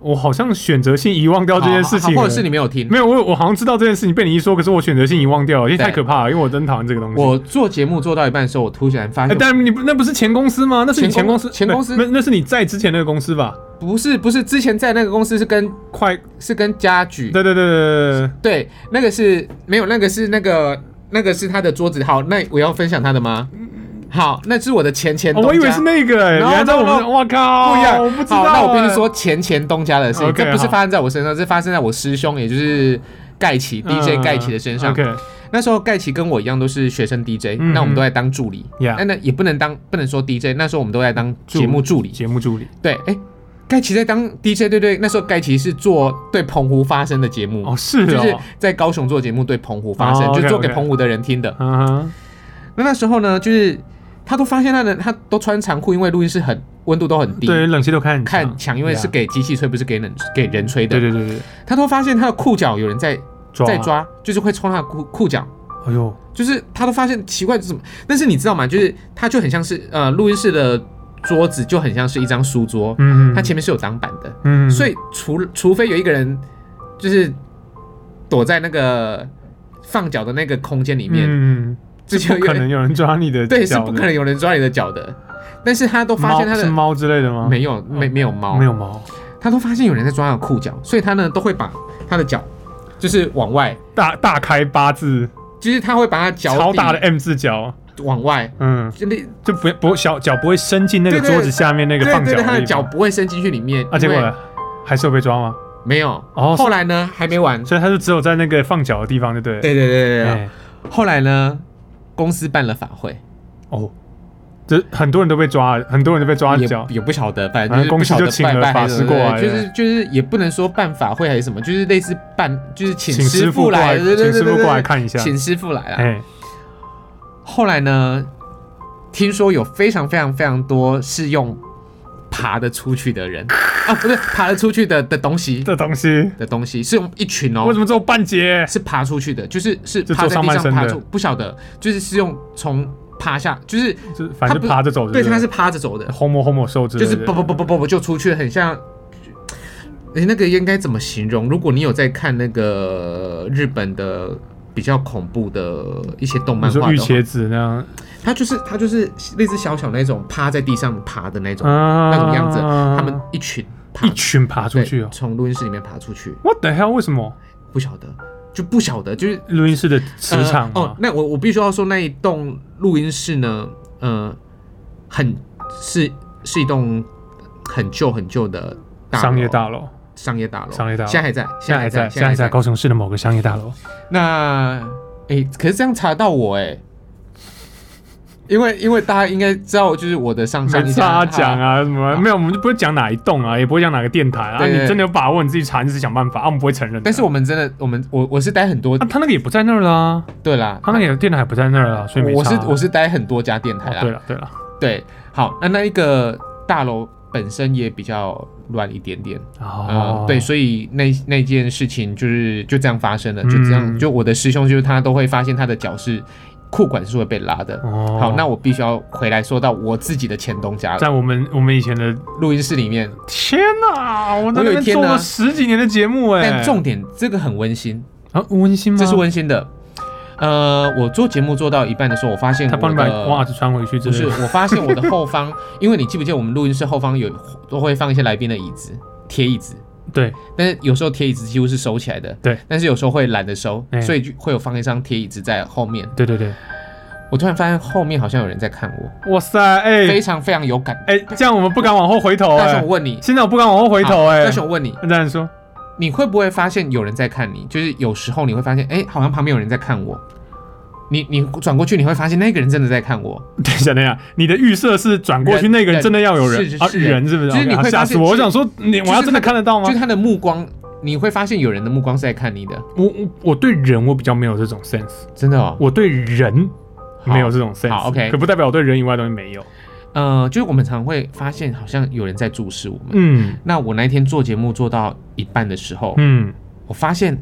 [SPEAKER 1] 我好像选择性遗忘哦掉这件事情
[SPEAKER 2] 好
[SPEAKER 1] 了，
[SPEAKER 2] 或者是你没有听。
[SPEAKER 1] 没有我我好像知道这件事情被你一说，可是我选择性遗忘掉了，因为
[SPEAKER 2] 对
[SPEAKER 1] 太可怕了，因为我真讨厌这个东西。
[SPEAKER 2] 我做节目做到一半的时候，我突然发
[SPEAKER 1] 哎，
[SPEAKER 2] 现，
[SPEAKER 1] 但你不那不是前公司吗？那是你
[SPEAKER 2] 前
[SPEAKER 1] 前
[SPEAKER 2] 公
[SPEAKER 1] 公司，
[SPEAKER 2] 前公司
[SPEAKER 1] 那那那是你在之前那个公司吧？
[SPEAKER 2] 不是不是，之前在那个公司是跟
[SPEAKER 1] 快，
[SPEAKER 2] 是跟家具，
[SPEAKER 1] 对对对对对对，
[SPEAKER 2] 对，那个是没有，那个是那个那个是他的桌子。好，那我要分享他的吗？好，那是我的前前
[SPEAKER 1] 哦
[SPEAKER 2] 东家。
[SPEAKER 1] 我以为是那个哎，
[SPEAKER 2] No，
[SPEAKER 1] 原来在我
[SPEAKER 2] no，no，
[SPEAKER 1] 们，我靠，
[SPEAKER 2] 不一样，
[SPEAKER 1] 我不知
[SPEAKER 2] 好
[SPEAKER 1] 道。
[SPEAKER 2] 那我必须
[SPEAKER 1] 哎
[SPEAKER 2] 说前前东家的事情，
[SPEAKER 1] OK，
[SPEAKER 2] 这不是
[SPEAKER 1] 好
[SPEAKER 2] 发生在我身上，这发生在我师兄，也就是盖奇 DJ
[SPEAKER 1] 嗯
[SPEAKER 2] 盖奇的身上。
[SPEAKER 1] OK，
[SPEAKER 2] 那时候盖奇跟我一样都是学生 DJ，、
[SPEAKER 1] 嗯
[SPEAKER 2] 那我们都在当助理。
[SPEAKER 1] Yeah
[SPEAKER 2] 那那也不能当，不能说 DJ，那时候我们都在当节目助理。
[SPEAKER 1] 节目助理，
[SPEAKER 2] 对，哎、盖奇在当 DJ，对对，那时候盖奇是做对澎湖发生的节目。
[SPEAKER 1] 哦，是
[SPEAKER 2] 就
[SPEAKER 1] 哦，
[SPEAKER 2] 是在高雄做节目，对澎湖发生，
[SPEAKER 1] 哦
[SPEAKER 2] 就做
[SPEAKER 1] OK，OK
[SPEAKER 2] 给澎湖的人听的。
[SPEAKER 1] 嗯哼，
[SPEAKER 2] 那那时候呢，就是他都发现他的他都穿长裤，因为录音室很温度都很低，
[SPEAKER 1] 对，冷气都看
[SPEAKER 2] 看墙，因为是给机器吹，不是给冷给人吹的。
[SPEAKER 1] 啊对对对对，
[SPEAKER 2] 他都发现他的裤脚有人在
[SPEAKER 1] 抓
[SPEAKER 2] 在，抓，就是会冲他的裤裤脚，
[SPEAKER 1] 哎呦，
[SPEAKER 2] 就是他都发现奇怪，怎么？但是你知道吗？就是他就很像是呃，录音室的桌子就很像是一张书桌，
[SPEAKER 1] 嗯，
[SPEAKER 2] 它前面是有挡板的，
[SPEAKER 1] 嗯，
[SPEAKER 2] 所以除除非有一个人就是躲在那个放脚的那个空间里面，
[SPEAKER 1] 嗯，
[SPEAKER 2] 这
[SPEAKER 1] 是
[SPEAKER 2] 就
[SPEAKER 1] 不
[SPEAKER 2] 有
[SPEAKER 1] 可能有人抓你的，
[SPEAKER 2] 对是不可能有人抓你的脚的。但是他都发现他
[SPEAKER 1] 是
[SPEAKER 2] 的
[SPEAKER 1] 猫之类的吗？
[SPEAKER 2] 没有没没有猫，
[SPEAKER 1] 没有猫，
[SPEAKER 2] 他都发现有人在抓他的裤脚，所以他呢都会把他的脚就是往外，
[SPEAKER 1] 大大开八字，
[SPEAKER 2] 就是他会把他脚
[SPEAKER 1] 超
[SPEAKER 2] 底
[SPEAKER 1] 大的 M 字脚，
[SPEAKER 2] 往外，
[SPEAKER 1] 嗯，
[SPEAKER 2] 就那
[SPEAKER 1] 就不不小脚不会伸进那个桌子下面那个
[SPEAKER 2] 对
[SPEAKER 1] 放
[SPEAKER 2] 对
[SPEAKER 1] 脚
[SPEAKER 2] 对，他的
[SPEAKER 1] 地
[SPEAKER 2] 脚
[SPEAKER 1] 方
[SPEAKER 2] 不会伸进去里面
[SPEAKER 1] 啊，结果
[SPEAKER 2] 因为
[SPEAKER 1] 呢还是有被抓吗？
[SPEAKER 2] 没有。
[SPEAKER 1] 哦，
[SPEAKER 2] 后来呢还没完，
[SPEAKER 1] 所以他就只有在那个放脚的地方，对不对？
[SPEAKER 2] 对对对对对。
[SPEAKER 1] 哎，
[SPEAKER 2] 后来呢，公司办了法会，
[SPEAKER 1] 哦，这很多人都被抓了，很多人都被抓
[SPEAKER 2] 也
[SPEAKER 1] 脚，
[SPEAKER 2] 也不晓得，反
[SPEAKER 1] 反正
[SPEAKER 2] 正就是
[SPEAKER 1] 啊公
[SPEAKER 2] 不
[SPEAKER 1] 司
[SPEAKER 2] 晓得
[SPEAKER 1] 就请
[SPEAKER 2] 拜
[SPEAKER 1] 了
[SPEAKER 2] 拜
[SPEAKER 1] 法
[SPEAKER 2] 还是
[SPEAKER 1] 师
[SPEAKER 2] 什么
[SPEAKER 1] 过
[SPEAKER 2] 的
[SPEAKER 1] 来
[SPEAKER 2] 就是就是也不能说办法会还是什么，就是类似办就是请
[SPEAKER 1] 请师
[SPEAKER 2] 傅
[SPEAKER 1] 过来，
[SPEAKER 2] 来，对对
[SPEAKER 1] 请
[SPEAKER 2] 对
[SPEAKER 1] 师
[SPEAKER 2] 对
[SPEAKER 1] 傅过来
[SPEAKER 2] 对，
[SPEAKER 1] 看一下，
[SPEAKER 2] 请师傅来了。
[SPEAKER 1] 哎，
[SPEAKER 2] 后来呢，听说有非常非常非常多是用爬得出去的人啊，不是爬得出去的的东西
[SPEAKER 1] 这东西
[SPEAKER 2] 的东西，是用一群哦
[SPEAKER 1] 为，什么只有半截？
[SPEAKER 2] 是爬出去的，就是是
[SPEAKER 1] 就
[SPEAKER 2] 趴
[SPEAKER 1] 做
[SPEAKER 2] 在
[SPEAKER 1] 上
[SPEAKER 2] 地
[SPEAKER 1] 半
[SPEAKER 2] 上
[SPEAKER 1] 身
[SPEAKER 2] 爬
[SPEAKER 1] 的
[SPEAKER 2] 出，不晓得，就是是用从趴下，就是
[SPEAKER 1] 就反正
[SPEAKER 2] 他不
[SPEAKER 1] 爬着走不，
[SPEAKER 2] 对，他是趴着走的，
[SPEAKER 1] homo homo 兽之类
[SPEAKER 2] 就
[SPEAKER 1] 的，
[SPEAKER 2] 是啵啵啵啵啵啵就出去，很像。哎、那个应该怎么形容？如果你有在看那个日本的比较恐怖的一些动
[SPEAKER 1] 你
[SPEAKER 2] 漫
[SPEAKER 1] 说
[SPEAKER 2] 画
[SPEAKER 1] 玉
[SPEAKER 2] 的话，
[SPEAKER 1] 茄子那样，
[SPEAKER 2] 它就是它就是类似小小那种趴在地上爬的那种，
[SPEAKER 1] 啊
[SPEAKER 2] 那种样子，他们一群爬
[SPEAKER 1] 一群爬出
[SPEAKER 2] 对
[SPEAKER 1] 去哦
[SPEAKER 2] 从录音室里面爬出去，
[SPEAKER 1] ，what the hell？为什么
[SPEAKER 2] 不晓得就不晓得就是
[SPEAKER 1] 录音室的磁场
[SPEAKER 2] 呃哦
[SPEAKER 1] 啊，？
[SPEAKER 2] 那我我必须要说那一栋录音室呢，呃，很是是一栋很旧很旧的大
[SPEAKER 1] 商业
[SPEAKER 2] 楼
[SPEAKER 1] 大楼，
[SPEAKER 2] 商业大楼，
[SPEAKER 1] 商业大楼
[SPEAKER 2] 现在还在，
[SPEAKER 1] 现在还在，现
[SPEAKER 2] 现
[SPEAKER 1] 在还
[SPEAKER 2] 在还
[SPEAKER 1] 在
[SPEAKER 2] 在。
[SPEAKER 1] 高雄市的某个商业大楼。
[SPEAKER 2] 那哎、诶可是这样查到我哎、诶因为因为大家应该知道，就是我的上上
[SPEAKER 1] 没
[SPEAKER 2] 一
[SPEAKER 1] 差
[SPEAKER 2] 家
[SPEAKER 1] 讲
[SPEAKER 2] 啊，
[SPEAKER 1] 啊，什么没有，我们就不会讲哪一栋啊，也不会讲哪个电台啊。
[SPEAKER 2] 对
[SPEAKER 1] 你
[SPEAKER 2] 对
[SPEAKER 1] 真的有把握，你自己查，你自己想办法啊，我们不会承认的。
[SPEAKER 2] 但是我们真的，我们我我是待很多，
[SPEAKER 1] 啊，他那个也不在那儿啦，
[SPEAKER 2] 对啦，
[SPEAKER 1] 他那个电台也不在那儿啦，所以没
[SPEAKER 2] 我
[SPEAKER 1] 差
[SPEAKER 2] 是
[SPEAKER 1] 啊。
[SPEAKER 2] 我是待很多家电台
[SPEAKER 1] 哦
[SPEAKER 2] 啦，
[SPEAKER 1] 对了对了
[SPEAKER 2] 对，好，那那一个大楼本身也比较乱一点点，
[SPEAKER 1] 哦
[SPEAKER 2] 啊，，对，所以那那件事情就是就这样发生了，就这样，
[SPEAKER 1] 嗯
[SPEAKER 2] 就我的师兄就是他都会发现他的脚是裤管是会被拉的。
[SPEAKER 1] 哦，
[SPEAKER 2] 好，那我必须要回来说到我自己的前东家了，
[SPEAKER 1] 在我们我们以前的
[SPEAKER 2] 录音室里面。
[SPEAKER 1] 天哪，我在
[SPEAKER 2] 我有
[SPEAKER 1] 那
[SPEAKER 2] 一
[SPEAKER 1] 边
[SPEAKER 2] 天
[SPEAKER 1] 做
[SPEAKER 2] 呢
[SPEAKER 1] 了十几年的节目哎，
[SPEAKER 2] 但重点这个很温馨，
[SPEAKER 1] 啊温馨吗？
[SPEAKER 2] 这是温馨的。呃，我做节目做到一半的时候，我发现
[SPEAKER 1] 他
[SPEAKER 2] 我
[SPEAKER 1] 帮你把袜
[SPEAKER 2] 的
[SPEAKER 1] 子穿回去之
[SPEAKER 2] 不
[SPEAKER 1] 类
[SPEAKER 2] 是，
[SPEAKER 1] 的，
[SPEAKER 2] 我发现我的后方，因为你记不记得我们录音室后方有都会放一些来宾的椅子，贴椅子。
[SPEAKER 1] 对，
[SPEAKER 2] 但是有时候贴椅子几乎是收起来的，
[SPEAKER 1] 对。
[SPEAKER 2] 但是有时候会懒得收，
[SPEAKER 1] 哎
[SPEAKER 2] 所以就会有放一张贴椅子在后面。
[SPEAKER 1] 对对对，
[SPEAKER 2] 我突然发现后面好像有人在看我，
[SPEAKER 1] 哇塞，哎、
[SPEAKER 2] 非常非常有感。
[SPEAKER 1] 哎、这样我们不敢往后回头
[SPEAKER 2] 但
[SPEAKER 1] 哎、
[SPEAKER 2] 是我问你，
[SPEAKER 1] 现在我不敢往后回头哎、
[SPEAKER 2] 但是我问你，
[SPEAKER 1] 那这样说，
[SPEAKER 2] 你会不会发现有人在看你？就是有时候你会发现，哎、好像旁边有人在看我。你你转过去，你会发现那个人真的在看我，
[SPEAKER 1] 等一下等一下，你的预设是转过去
[SPEAKER 2] 人
[SPEAKER 1] 那个人真的要有人
[SPEAKER 2] 人是
[SPEAKER 1] 啊
[SPEAKER 2] 是人
[SPEAKER 1] 人是不是？
[SPEAKER 2] 就是你
[SPEAKER 1] OK，啊
[SPEAKER 2] 会
[SPEAKER 1] 吓
[SPEAKER 2] 发
[SPEAKER 1] 死
[SPEAKER 2] 现
[SPEAKER 1] 我！我
[SPEAKER 2] 就是
[SPEAKER 1] 想说你我
[SPEAKER 2] 就是
[SPEAKER 1] 要真的
[SPEAKER 2] 他的
[SPEAKER 1] 看得到吗
[SPEAKER 2] 就是？他的目光，你会发现有人的目光是在看你的，
[SPEAKER 1] 我我我对人我比较没有这种 sense，
[SPEAKER 2] 真的哦。
[SPEAKER 1] 我对人。
[SPEAKER 2] 好
[SPEAKER 1] 没有这种 sense，
[SPEAKER 2] 好，OK
[SPEAKER 1] 可不代表我对人以外的东西没有。
[SPEAKER 2] 呃，就是我们常会发现好像有人在注视我们。
[SPEAKER 1] 嗯
[SPEAKER 2] 那我那一天做节目做到一半的时候，
[SPEAKER 1] 嗯
[SPEAKER 2] 我发现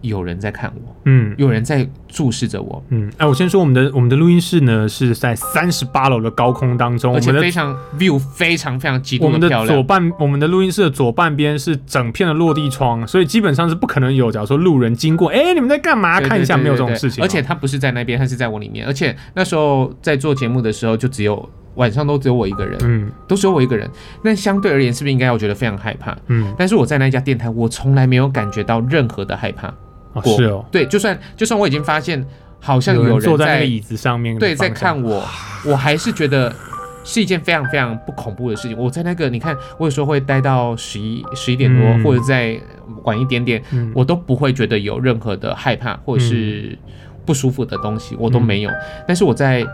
[SPEAKER 2] 有人在看我，
[SPEAKER 1] 嗯
[SPEAKER 2] 有人在注视着我，
[SPEAKER 1] 嗯。哎，我先说我们的我们的录音室呢是在三十八楼的高空当中，我
[SPEAKER 2] 而且
[SPEAKER 1] 们的
[SPEAKER 2] 非常 view 非常非常极
[SPEAKER 1] 我
[SPEAKER 2] 度
[SPEAKER 1] 们的
[SPEAKER 2] 的漂
[SPEAKER 1] 左
[SPEAKER 2] 亮。
[SPEAKER 1] 半，我们的录音室的左半边是整片的落地窗，所以基本上是不可能有，假如说路人经过，哎、你们在干嘛？
[SPEAKER 2] 对
[SPEAKER 1] 看一下，
[SPEAKER 2] 对对
[SPEAKER 1] 没有这
[SPEAKER 2] 对
[SPEAKER 1] 种
[SPEAKER 2] 对
[SPEAKER 1] 事情哦。
[SPEAKER 2] 而且他不是在那边，他是在我里面。而且那时候在做节目的时候，就只有晚上都只有我一个人，
[SPEAKER 1] 嗯
[SPEAKER 2] 都只有我一个人。那相对而言，是不是应该我觉得非常害怕？
[SPEAKER 1] 嗯，
[SPEAKER 2] 但是我在那家电台，我从来没有感觉到任何的害怕。
[SPEAKER 1] 哦
[SPEAKER 2] 过
[SPEAKER 1] 是哦，
[SPEAKER 2] 对，就算就算我已经发现好像
[SPEAKER 1] 人
[SPEAKER 2] 人
[SPEAKER 1] 坐在那个
[SPEAKER 2] 在
[SPEAKER 1] 椅子上面，
[SPEAKER 2] 对，在看
[SPEAKER 1] 我。
[SPEAKER 2] 我，我还是觉得是一件非常非常不恐怖的事情。我在那个，你看，我有时候会待到十一十一点多，
[SPEAKER 1] 嗯
[SPEAKER 2] 或者再晚一点点，
[SPEAKER 1] 嗯
[SPEAKER 2] 我都不会觉得有任何的害怕或者是不舒服的东西，我
[SPEAKER 1] 嗯
[SPEAKER 2] 都没有。但是我在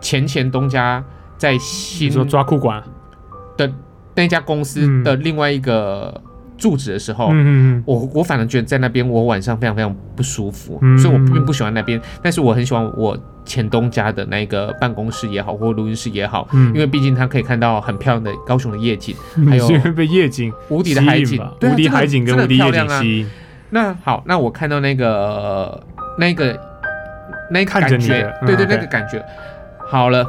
[SPEAKER 2] 前前东家在
[SPEAKER 1] 你
[SPEAKER 2] 新
[SPEAKER 1] 说抓裤管，
[SPEAKER 2] 的那家公司的另外一个住址的时候，
[SPEAKER 1] 嗯嗯
[SPEAKER 2] 我我反而觉得在那边我晚上非常非常不舒服，
[SPEAKER 1] 嗯
[SPEAKER 2] 所以我并不喜欢那边，但是我很喜欢我前东家的那个办公室也好，或录音室也好，
[SPEAKER 1] 嗯
[SPEAKER 2] 因为毕竟它可以看到很漂亮的高雄的夜景，
[SPEAKER 1] 嗯，
[SPEAKER 2] 还
[SPEAKER 1] 你
[SPEAKER 2] 有
[SPEAKER 1] 是因为被夜景
[SPEAKER 2] 无敌的
[SPEAKER 1] 吸
[SPEAKER 2] 海
[SPEAKER 1] 引
[SPEAKER 2] 景
[SPEAKER 1] 吧，
[SPEAKER 2] 对啊
[SPEAKER 1] 无敌
[SPEAKER 2] 真的
[SPEAKER 1] 海景跟
[SPEAKER 2] 真的
[SPEAKER 1] 无敌
[SPEAKER 2] 漂
[SPEAKER 1] 夜
[SPEAKER 2] 亮
[SPEAKER 1] 景
[SPEAKER 2] 啊
[SPEAKER 1] 吸引，
[SPEAKER 2] 那好，那我看到那个那个那个
[SPEAKER 1] 看着
[SPEAKER 2] 感
[SPEAKER 1] 你
[SPEAKER 2] 觉
[SPEAKER 1] 的，嗯
[SPEAKER 2] 对对，
[SPEAKER 1] 对
[SPEAKER 2] 那个感觉。好了，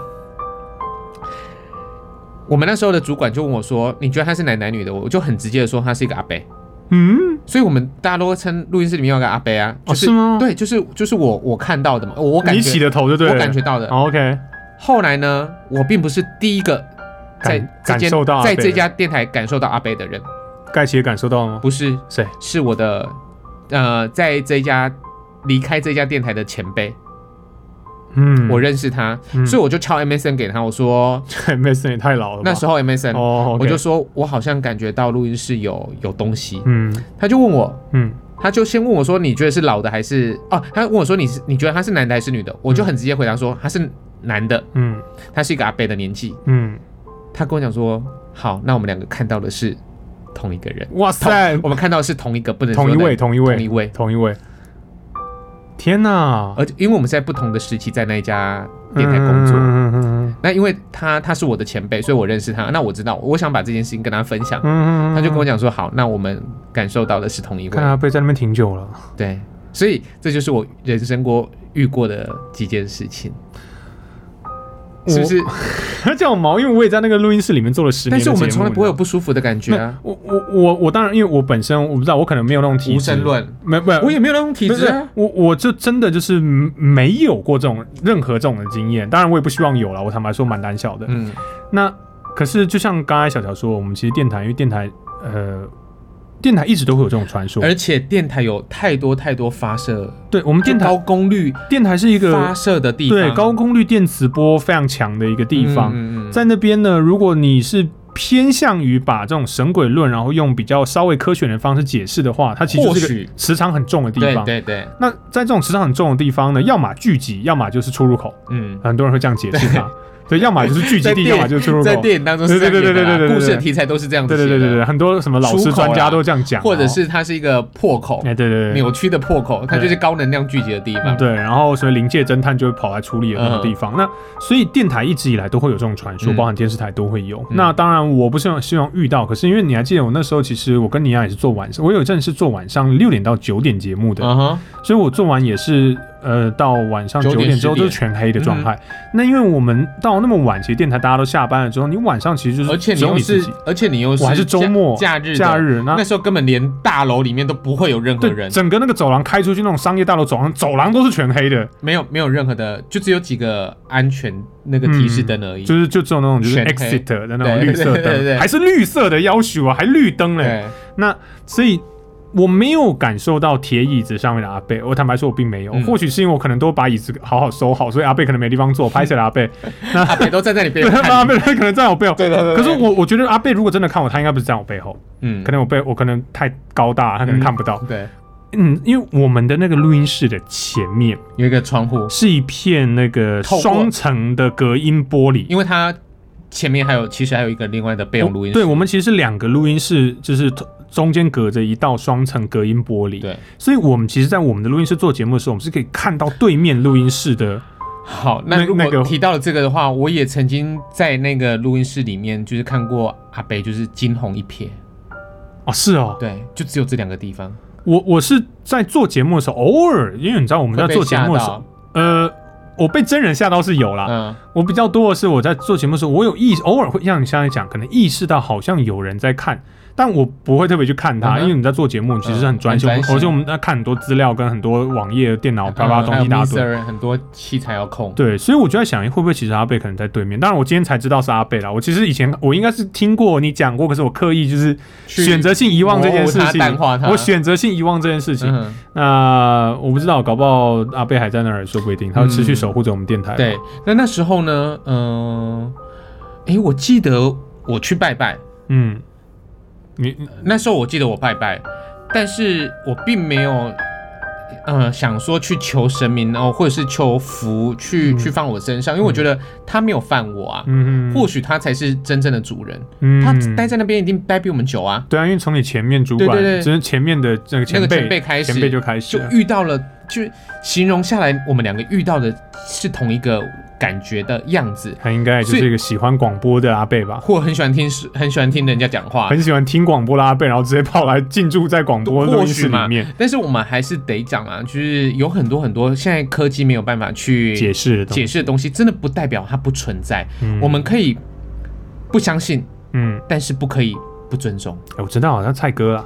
[SPEAKER 2] 我们那时候的主管就问我说：“你觉得他是男男女的？”我就很直接的说：“他是一个阿伯。
[SPEAKER 1] 嗯，”
[SPEAKER 2] 所以我们大家都称录音室里面有个阿伯啊，
[SPEAKER 1] 哦
[SPEAKER 2] 就是,、
[SPEAKER 1] 是吗
[SPEAKER 2] 对，就是就是我我看到的嘛，我我感
[SPEAKER 1] 你起
[SPEAKER 2] 觉
[SPEAKER 1] 的头就对了，
[SPEAKER 2] 我感觉到的。
[SPEAKER 1] 哦 OK，
[SPEAKER 2] 后来呢，我并不是第一个在
[SPEAKER 1] 感
[SPEAKER 2] 这
[SPEAKER 1] 感
[SPEAKER 2] 间
[SPEAKER 1] 受到阿伯
[SPEAKER 2] 在这
[SPEAKER 1] 的
[SPEAKER 2] 家电台感受到阿伯的人，
[SPEAKER 1] 盖奇也感受到了吗？
[SPEAKER 2] 不是
[SPEAKER 1] 谁？
[SPEAKER 2] 是我的呃，在这家离开这家电台的前辈，
[SPEAKER 1] 嗯，
[SPEAKER 2] 我认识他，
[SPEAKER 1] 嗯
[SPEAKER 2] 所以我就敲 MSN 给他，我说
[SPEAKER 1] Mason 也太老了吧，
[SPEAKER 2] 那时候 MSN，、
[SPEAKER 1] 哦，OK，
[SPEAKER 2] 我就说我好像感觉到录音室有有东西，
[SPEAKER 1] 嗯
[SPEAKER 2] 他就问我。
[SPEAKER 1] 嗯
[SPEAKER 2] 他就先问我说：“你觉得是老的还是哦、他问我说：“你是你觉得他是男的还是女的？”我就很直接回答说：“他是男的，
[SPEAKER 1] 嗯
[SPEAKER 2] 他是一个阿伯的年纪。
[SPEAKER 1] 嗯，”
[SPEAKER 2] 他跟我讲说：“好，那我们两个看到的是同一个人，
[SPEAKER 1] 哇塞，
[SPEAKER 2] 我们看到的是同一个，不能说
[SPEAKER 1] 同一位，
[SPEAKER 2] 的
[SPEAKER 1] 同一
[SPEAKER 2] 同一
[SPEAKER 1] 位，
[SPEAKER 2] 位。
[SPEAKER 1] 同一位，天哪！
[SPEAKER 2] 而且因为我们是在不同的时期在那一家电台工作，
[SPEAKER 1] 嗯嗯嗯
[SPEAKER 2] 那因为他他是我的前辈，所以我认识他，那我知道，我想把这件事情跟他分享，
[SPEAKER 1] 嗯，
[SPEAKER 2] 他就跟我
[SPEAKER 1] 讲，
[SPEAKER 2] 讲说，好，那我们感受到的是同一
[SPEAKER 1] 看
[SPEAKER 2] 位，
[SPEAKER 1] 他被在那边挺久了，
[SPEAKER 2] 对，所以这就是我人生过遇过的几件事情，是不是？
[SPEAKER 1] 他叫我毛，因为我也在那个录音室里面做了十年
[SPEAKER 2] 但
[SPEAKER 1] 的节
[SPEAKER 2] 是
[SPEAKER 1] 目，
[SPEAKER 2] 我们从来不会有
[SPEAKER 1] 你
[SPEAKER 2] 不舒服的感
[SPEAKER 1] 知
[SPEAKER 2] 觉
[SPEAKER 1] 道
[SPEAKER 2] 啊
[SPEAKER 1] 吗。，我我我我当然，因为我本身我不知道，我可能没有那种体质，
[SPEAKER 2] 无神，论，
[SPEAKER 1] 没不，
[SPEAKER 2] 我也没有那种体
[SPEAKER 1] 不
[SPEAKER 2] 质
[SPEAKER 1] 是
[SPEAKER 2] 啊。
[SPEAKER 1] 我，我就真的就是没有过这种任何这种的经验。当然，我也不希望有了。我坦白说，蛮胆小的。
[SPEAKER 2] 嗯，
[SPEAKER 1] 那可是，就像刚才小乔说，我们其实电台，因为电台，呃，电台一直都会有这种传说。
[SPEAKER 2] 而且电台有太多太多发射，
[SPEAKER 1] 对我们电
[SPEAKER 2] 就
[SPEAKER 1] 台
[SPEAKER 2] 高，功率
[SPEAKER 1] 电台是一
[SPEAKER 2] 发
[SPEAKER 1] 个
[SPEAKER 2] 射的地方，
[SPEAKER 1] 对高功率电磁波非常强的一个地方。
[SPEAKER 2] 嗯嗯嗯
[SPEAKER 1] 在那边呢，如果你是偏向于把这种神鬼论，然后用比较稍微科学的方式解释的话，它其实
[SPEAKER 2] 或
[SPEAKER 1] 是一
[SPEAKER 2] 许
[SPEAKER 1] 个磁场很重的地
[SPEAKER 2] 对
[SPEAKER 1] 方。
[SPEAKER 2] 对对，
[SPEAKER 1] 那在这种磁场很重的地方呢，要么聚集，要么就是出入口。
[SPEAKER 2] 嗯。
[SPEAKER 1] 很多人会这样解释 它，对，要么就是聚集
[SPEAKER 2] 在
[SPEAKER 1] 地，
[SPEAKER 2] 电
[SPEAKER 1] 要么就是出入口。
[SPEAKER 2] 在
[SPEAKER 1] 对
[SPEAKER 2] 电影当中是这样演的啦
[SPEAKER 1] 对对对对对对对
[SPEAKER 2] 故事的题材都是这样子
[SPEAKER 1] 对
[SPEAKER 2] 写
[SPEAKER 1] 对
[SPEAKER 2] 的，
[SPEAKER 1] 对对，很多什么老
[SPEAKER 2] 出
[SPEAKER 1] 师
[SPEAKER 2] 啊口
[SPEAKER 1] 专
[SPEAKER 2] 啦
[SPEAKER 1] 家都这样讲，
[SPEAKER 2] 或者
[SPEAKER 1] 哦
[SPEAKER 2] 是它是一个破口、
[SPEAKER 1] 哎，对对对
[SPEAKER 2] 扭曲的破口，它就是高能量聚集的地
[SPEAKER 1] 嗯
[SPEAKER 2] 方。
[SPEAKER 1] 对，然后所以灵界侦探就会跑来处理的那种地方。那所以电台一直以来都会有这种传说，
[SPEAKER 2] 嗯
[SPEAKER 1] 包含电视台都会有。
[SPEAKER 2] 嗯
[SPEAKER 1] 那当然我不是很希望遇到，可是因为你还记得我那时候，其实我跟尼亚也是做晚上，我有一阵是做晚上六点到九点节目的，
[SPEAKER 2] 嗯哼，
[SPEAKER 1] 所以我做完也是呃到晚上九
[SPEAKER 2] 9点
[SPEAKER 1] 点之后
[SPEAKER 2] 10
[SPEAKER 1] 都
[SPEAKER 2] 点嗯
[SPEAKER 1] 是全黑的状态。那因为我们到那么晚，其实电台大家都下班了之后，你晚上其实就是
[SPEAKER 2] 而且你
[SPEAKER 1] 只有
[SPEAKER 2] 又
[SPEAKER 1] 你自
[SPEAKER 2] 是
[SPEAKER 1] 己。，
[SPEAKER 2] 而且你又
[SPEAKER 1] 我还是周末
[SPEAKER 2] 假日的
[SPEAKER 1] 假，日那
[SPEAKER 2] 那时候根本连大楼里面都不会有任何
[SPEAKER 1] 对
[SPEAKER 2] 人，
[SPEAKER 1] 整个那个走廊开出去那种商业大楼走廊，走廊都是全黑的，
[SPEAKER 2] 没有没有任何的，就只有几个安全那个提示灯而已。
[SPEAKER 1] 嗯就是就只有那种就是
[SPEAKER 2] 全黑
[SPEAKER 1] exit 的那种
[SPEAKER 2] 对
[SPEAKER 1] 绿色
[SPEAKER 2] 对对对
[SPEAKER 1] 灯，
[SPEAKER 2] 对
[SPEAKER 1] 还是绿色的要求啊，还绿灯嘞。
[SPEAKER 2] 对，
[SPEAKER 1] 那所以我没有感受到铁椅子上面的阿贝，我坦白说我并没有，
[SPEAKER 2] 嗯
[SPEAKER 1] 或许是因为我可能都把椅子好好收好，所以阿贝可能没地方坐，拍起来阿 贝，
[SPEAKER 2] 阿北都站 在你背
[SPEAKER 1] 对，
[SPEAKER 2] 后
[SPEAKER 1] 那阿
[SPEAKER 2] 看你。
[SPEAKER 1] 贝可能在我背后。
[SPEAKER 2] 对对对对
[SPEAKER 1] 可是我我觉得阿贝如果真的看我，他应该不是站我背后，
[SPEAKER 2] 嗯
[SPEAKER 1] 可，能我背我可能太高大，他可能看不到。
[SPEAKER 2] 对，
[SPEAKER 1] 嗯，因为我们的那个录音室的前面
[SPEAKER 2] 有一个窗户，
[SPEAKER 1] 是一片那个
[SPEAKER 2] 透过
[SPEAKER 1] 双层的隔音玻璃。
[SPEAKER 2] 因为它前面还有，其实还有一个另外的备用录音
[SPEAKER 1] 对，
[SPEAKER 2] 室。
[SPEAKER 1] 我们其实是两个录音室，就是中间隔着一道双层隔音玻璃。，
[SPEAKER 2] 对，
[SPEAKER 1] 所以我们其实，在我们的录音室做节目的时候，我们是可以看到对面录音室的。
[SPEAKER 2] 好，
[SPEAKER 1] 那
[SPEAKER 2] 那如
[SPEAKER 1] 那个
[SPEAKER 2] 果提到了这个的话，我也曾经在那个录音室里面，就是看过阿北，就是惊鸿一瞥。
[SPEAKER 1] 哦，是哦，
[SPEAKER 2] 对，就只有这两个地方。
[SPEAKER 1] 我我是在做节目的时候，偶尔，因为你知道我们在
[SPEAKER 2] 会被
[SPEAKER 1] 做节目的时
[SPEAKER 2] 吓
[SPEAKER 1] 候
[SPEAKER 2] 到，
[SPEAKER 1] 呃，我被真人吓到是有啦。
[SPEAKER 2] 嗯，
[SPEAKER 1] 我比较多的是我在做节目的时候，我有意偶尔会像你现在讲，可能意识到好像有人在看，但我不会特别去看它，
[SPEAKER 2] 嗯哼
[SPEAKER 1] 因为你在做节目，其实是很专心，
[SPEAKER 2] 嗯很专心
[SPEAKER 1] 而且我们在看很多资料跟很多网页、电脑叭叭
[SPEAKER 2] 嗯
[SPEAKER 1] 东
[SPEAKER 2] 还有
[SPEAKER 1] 西打堆。
[SPEAKER 2] mixer 很多器材要控。
[SPEAKER 1] 对，所以我就在想，会不会其实阿贝可能在对面？当然，我今天才知道是阿贝啦。我其实以前我应该是听过你讲过，可是我刻意就是
[SPEAKER 2] 去
[SPEAKER 1] 选择性遗忘这件事
[SPEAKER 2] 模糊它
[SPEAKER 1] 情，
[SPEAKER 2] 淡化它
[SPEAKER 1] 我选择性遗忘这件事情。
[SPEAKER 2] 嗯，
[SPEAKER 1] 那我不知道，搞不好阿贝还在那儿，说不一定，他会持续守护着我们电台。
[SPEAKER 2] 嗯对，。那那时候呢，嗯、诶，我记得我去拜拜，
[SPEAKER 1] 嗯，你嗯
[SPEAKER 2] 那时候我记得我拜拜，但是我并没有呃想说去求神明，然后或者是求福去、
[SPEAKER 1] 嗯
[SPEAKER 2] 去放我身上，因为我觉得他没有犯我啊，
[SPEAKER 1] 嗯哼，
[SPEAKER 2] 或许他才是真正的主人，
[SPEAKER 1] 嗯
[SPEAKER 2] 他待在那边一定待比我们久啊。
[SPEAKER 1] 对啊，因为从你前面主
[SPEAKER 2] 对
[SPEAKER 1] 管，
[SPEAKER 2] 对对
[SPEAKER 1] 只是前面的那个
[SPEAKER 2] 那
[SPEAKER 1] 前
[SPEAKER 2] 个
[SPEAKER 1] 辈
[SPEAKER 2] 前辈开始
[SPEAKER 1] 前辈就开始
[SPEAKER 2] 就
[SPEAKER 1] 了，
[SPEAKER 2] 遇到了，就形容下来，我们两个遇到的是同一个感觉的样子。
[SPEAKER 1] 他应该也就是一个喜欢广播的阿贝吧。
[SPEAKER 2] 或很喜欢听，很喜欢听人家讲话，
[SPEAKER 1] 很喜欢听广播的阿贝，然后直接跑来进驻在广播录
[SPEAKER 2] 或
[SPEAKER 1] 音室
[SPEAKER 2] 许
[SPEAKER 1] 里
[SPEAKER 2] 嘛
[SPEAKER 1] 面，
[SPEAKER 2] 但是我们还是得讲啊，就是有很多很多现在科技没有办法去
[SPEAKER 1] 解释的东西
[SPEAKER 2] 解释的东西，真的不代表它不存在。
[SPEAKER 1] 嗯
[SPEAKER 2] 我们可以不相信，
[SPEAKER 1] 嗯，
[SPEAKER 2] 但是不可以不尊重。
[SPEAKER 1] 哎我知道，那蔡哥啊，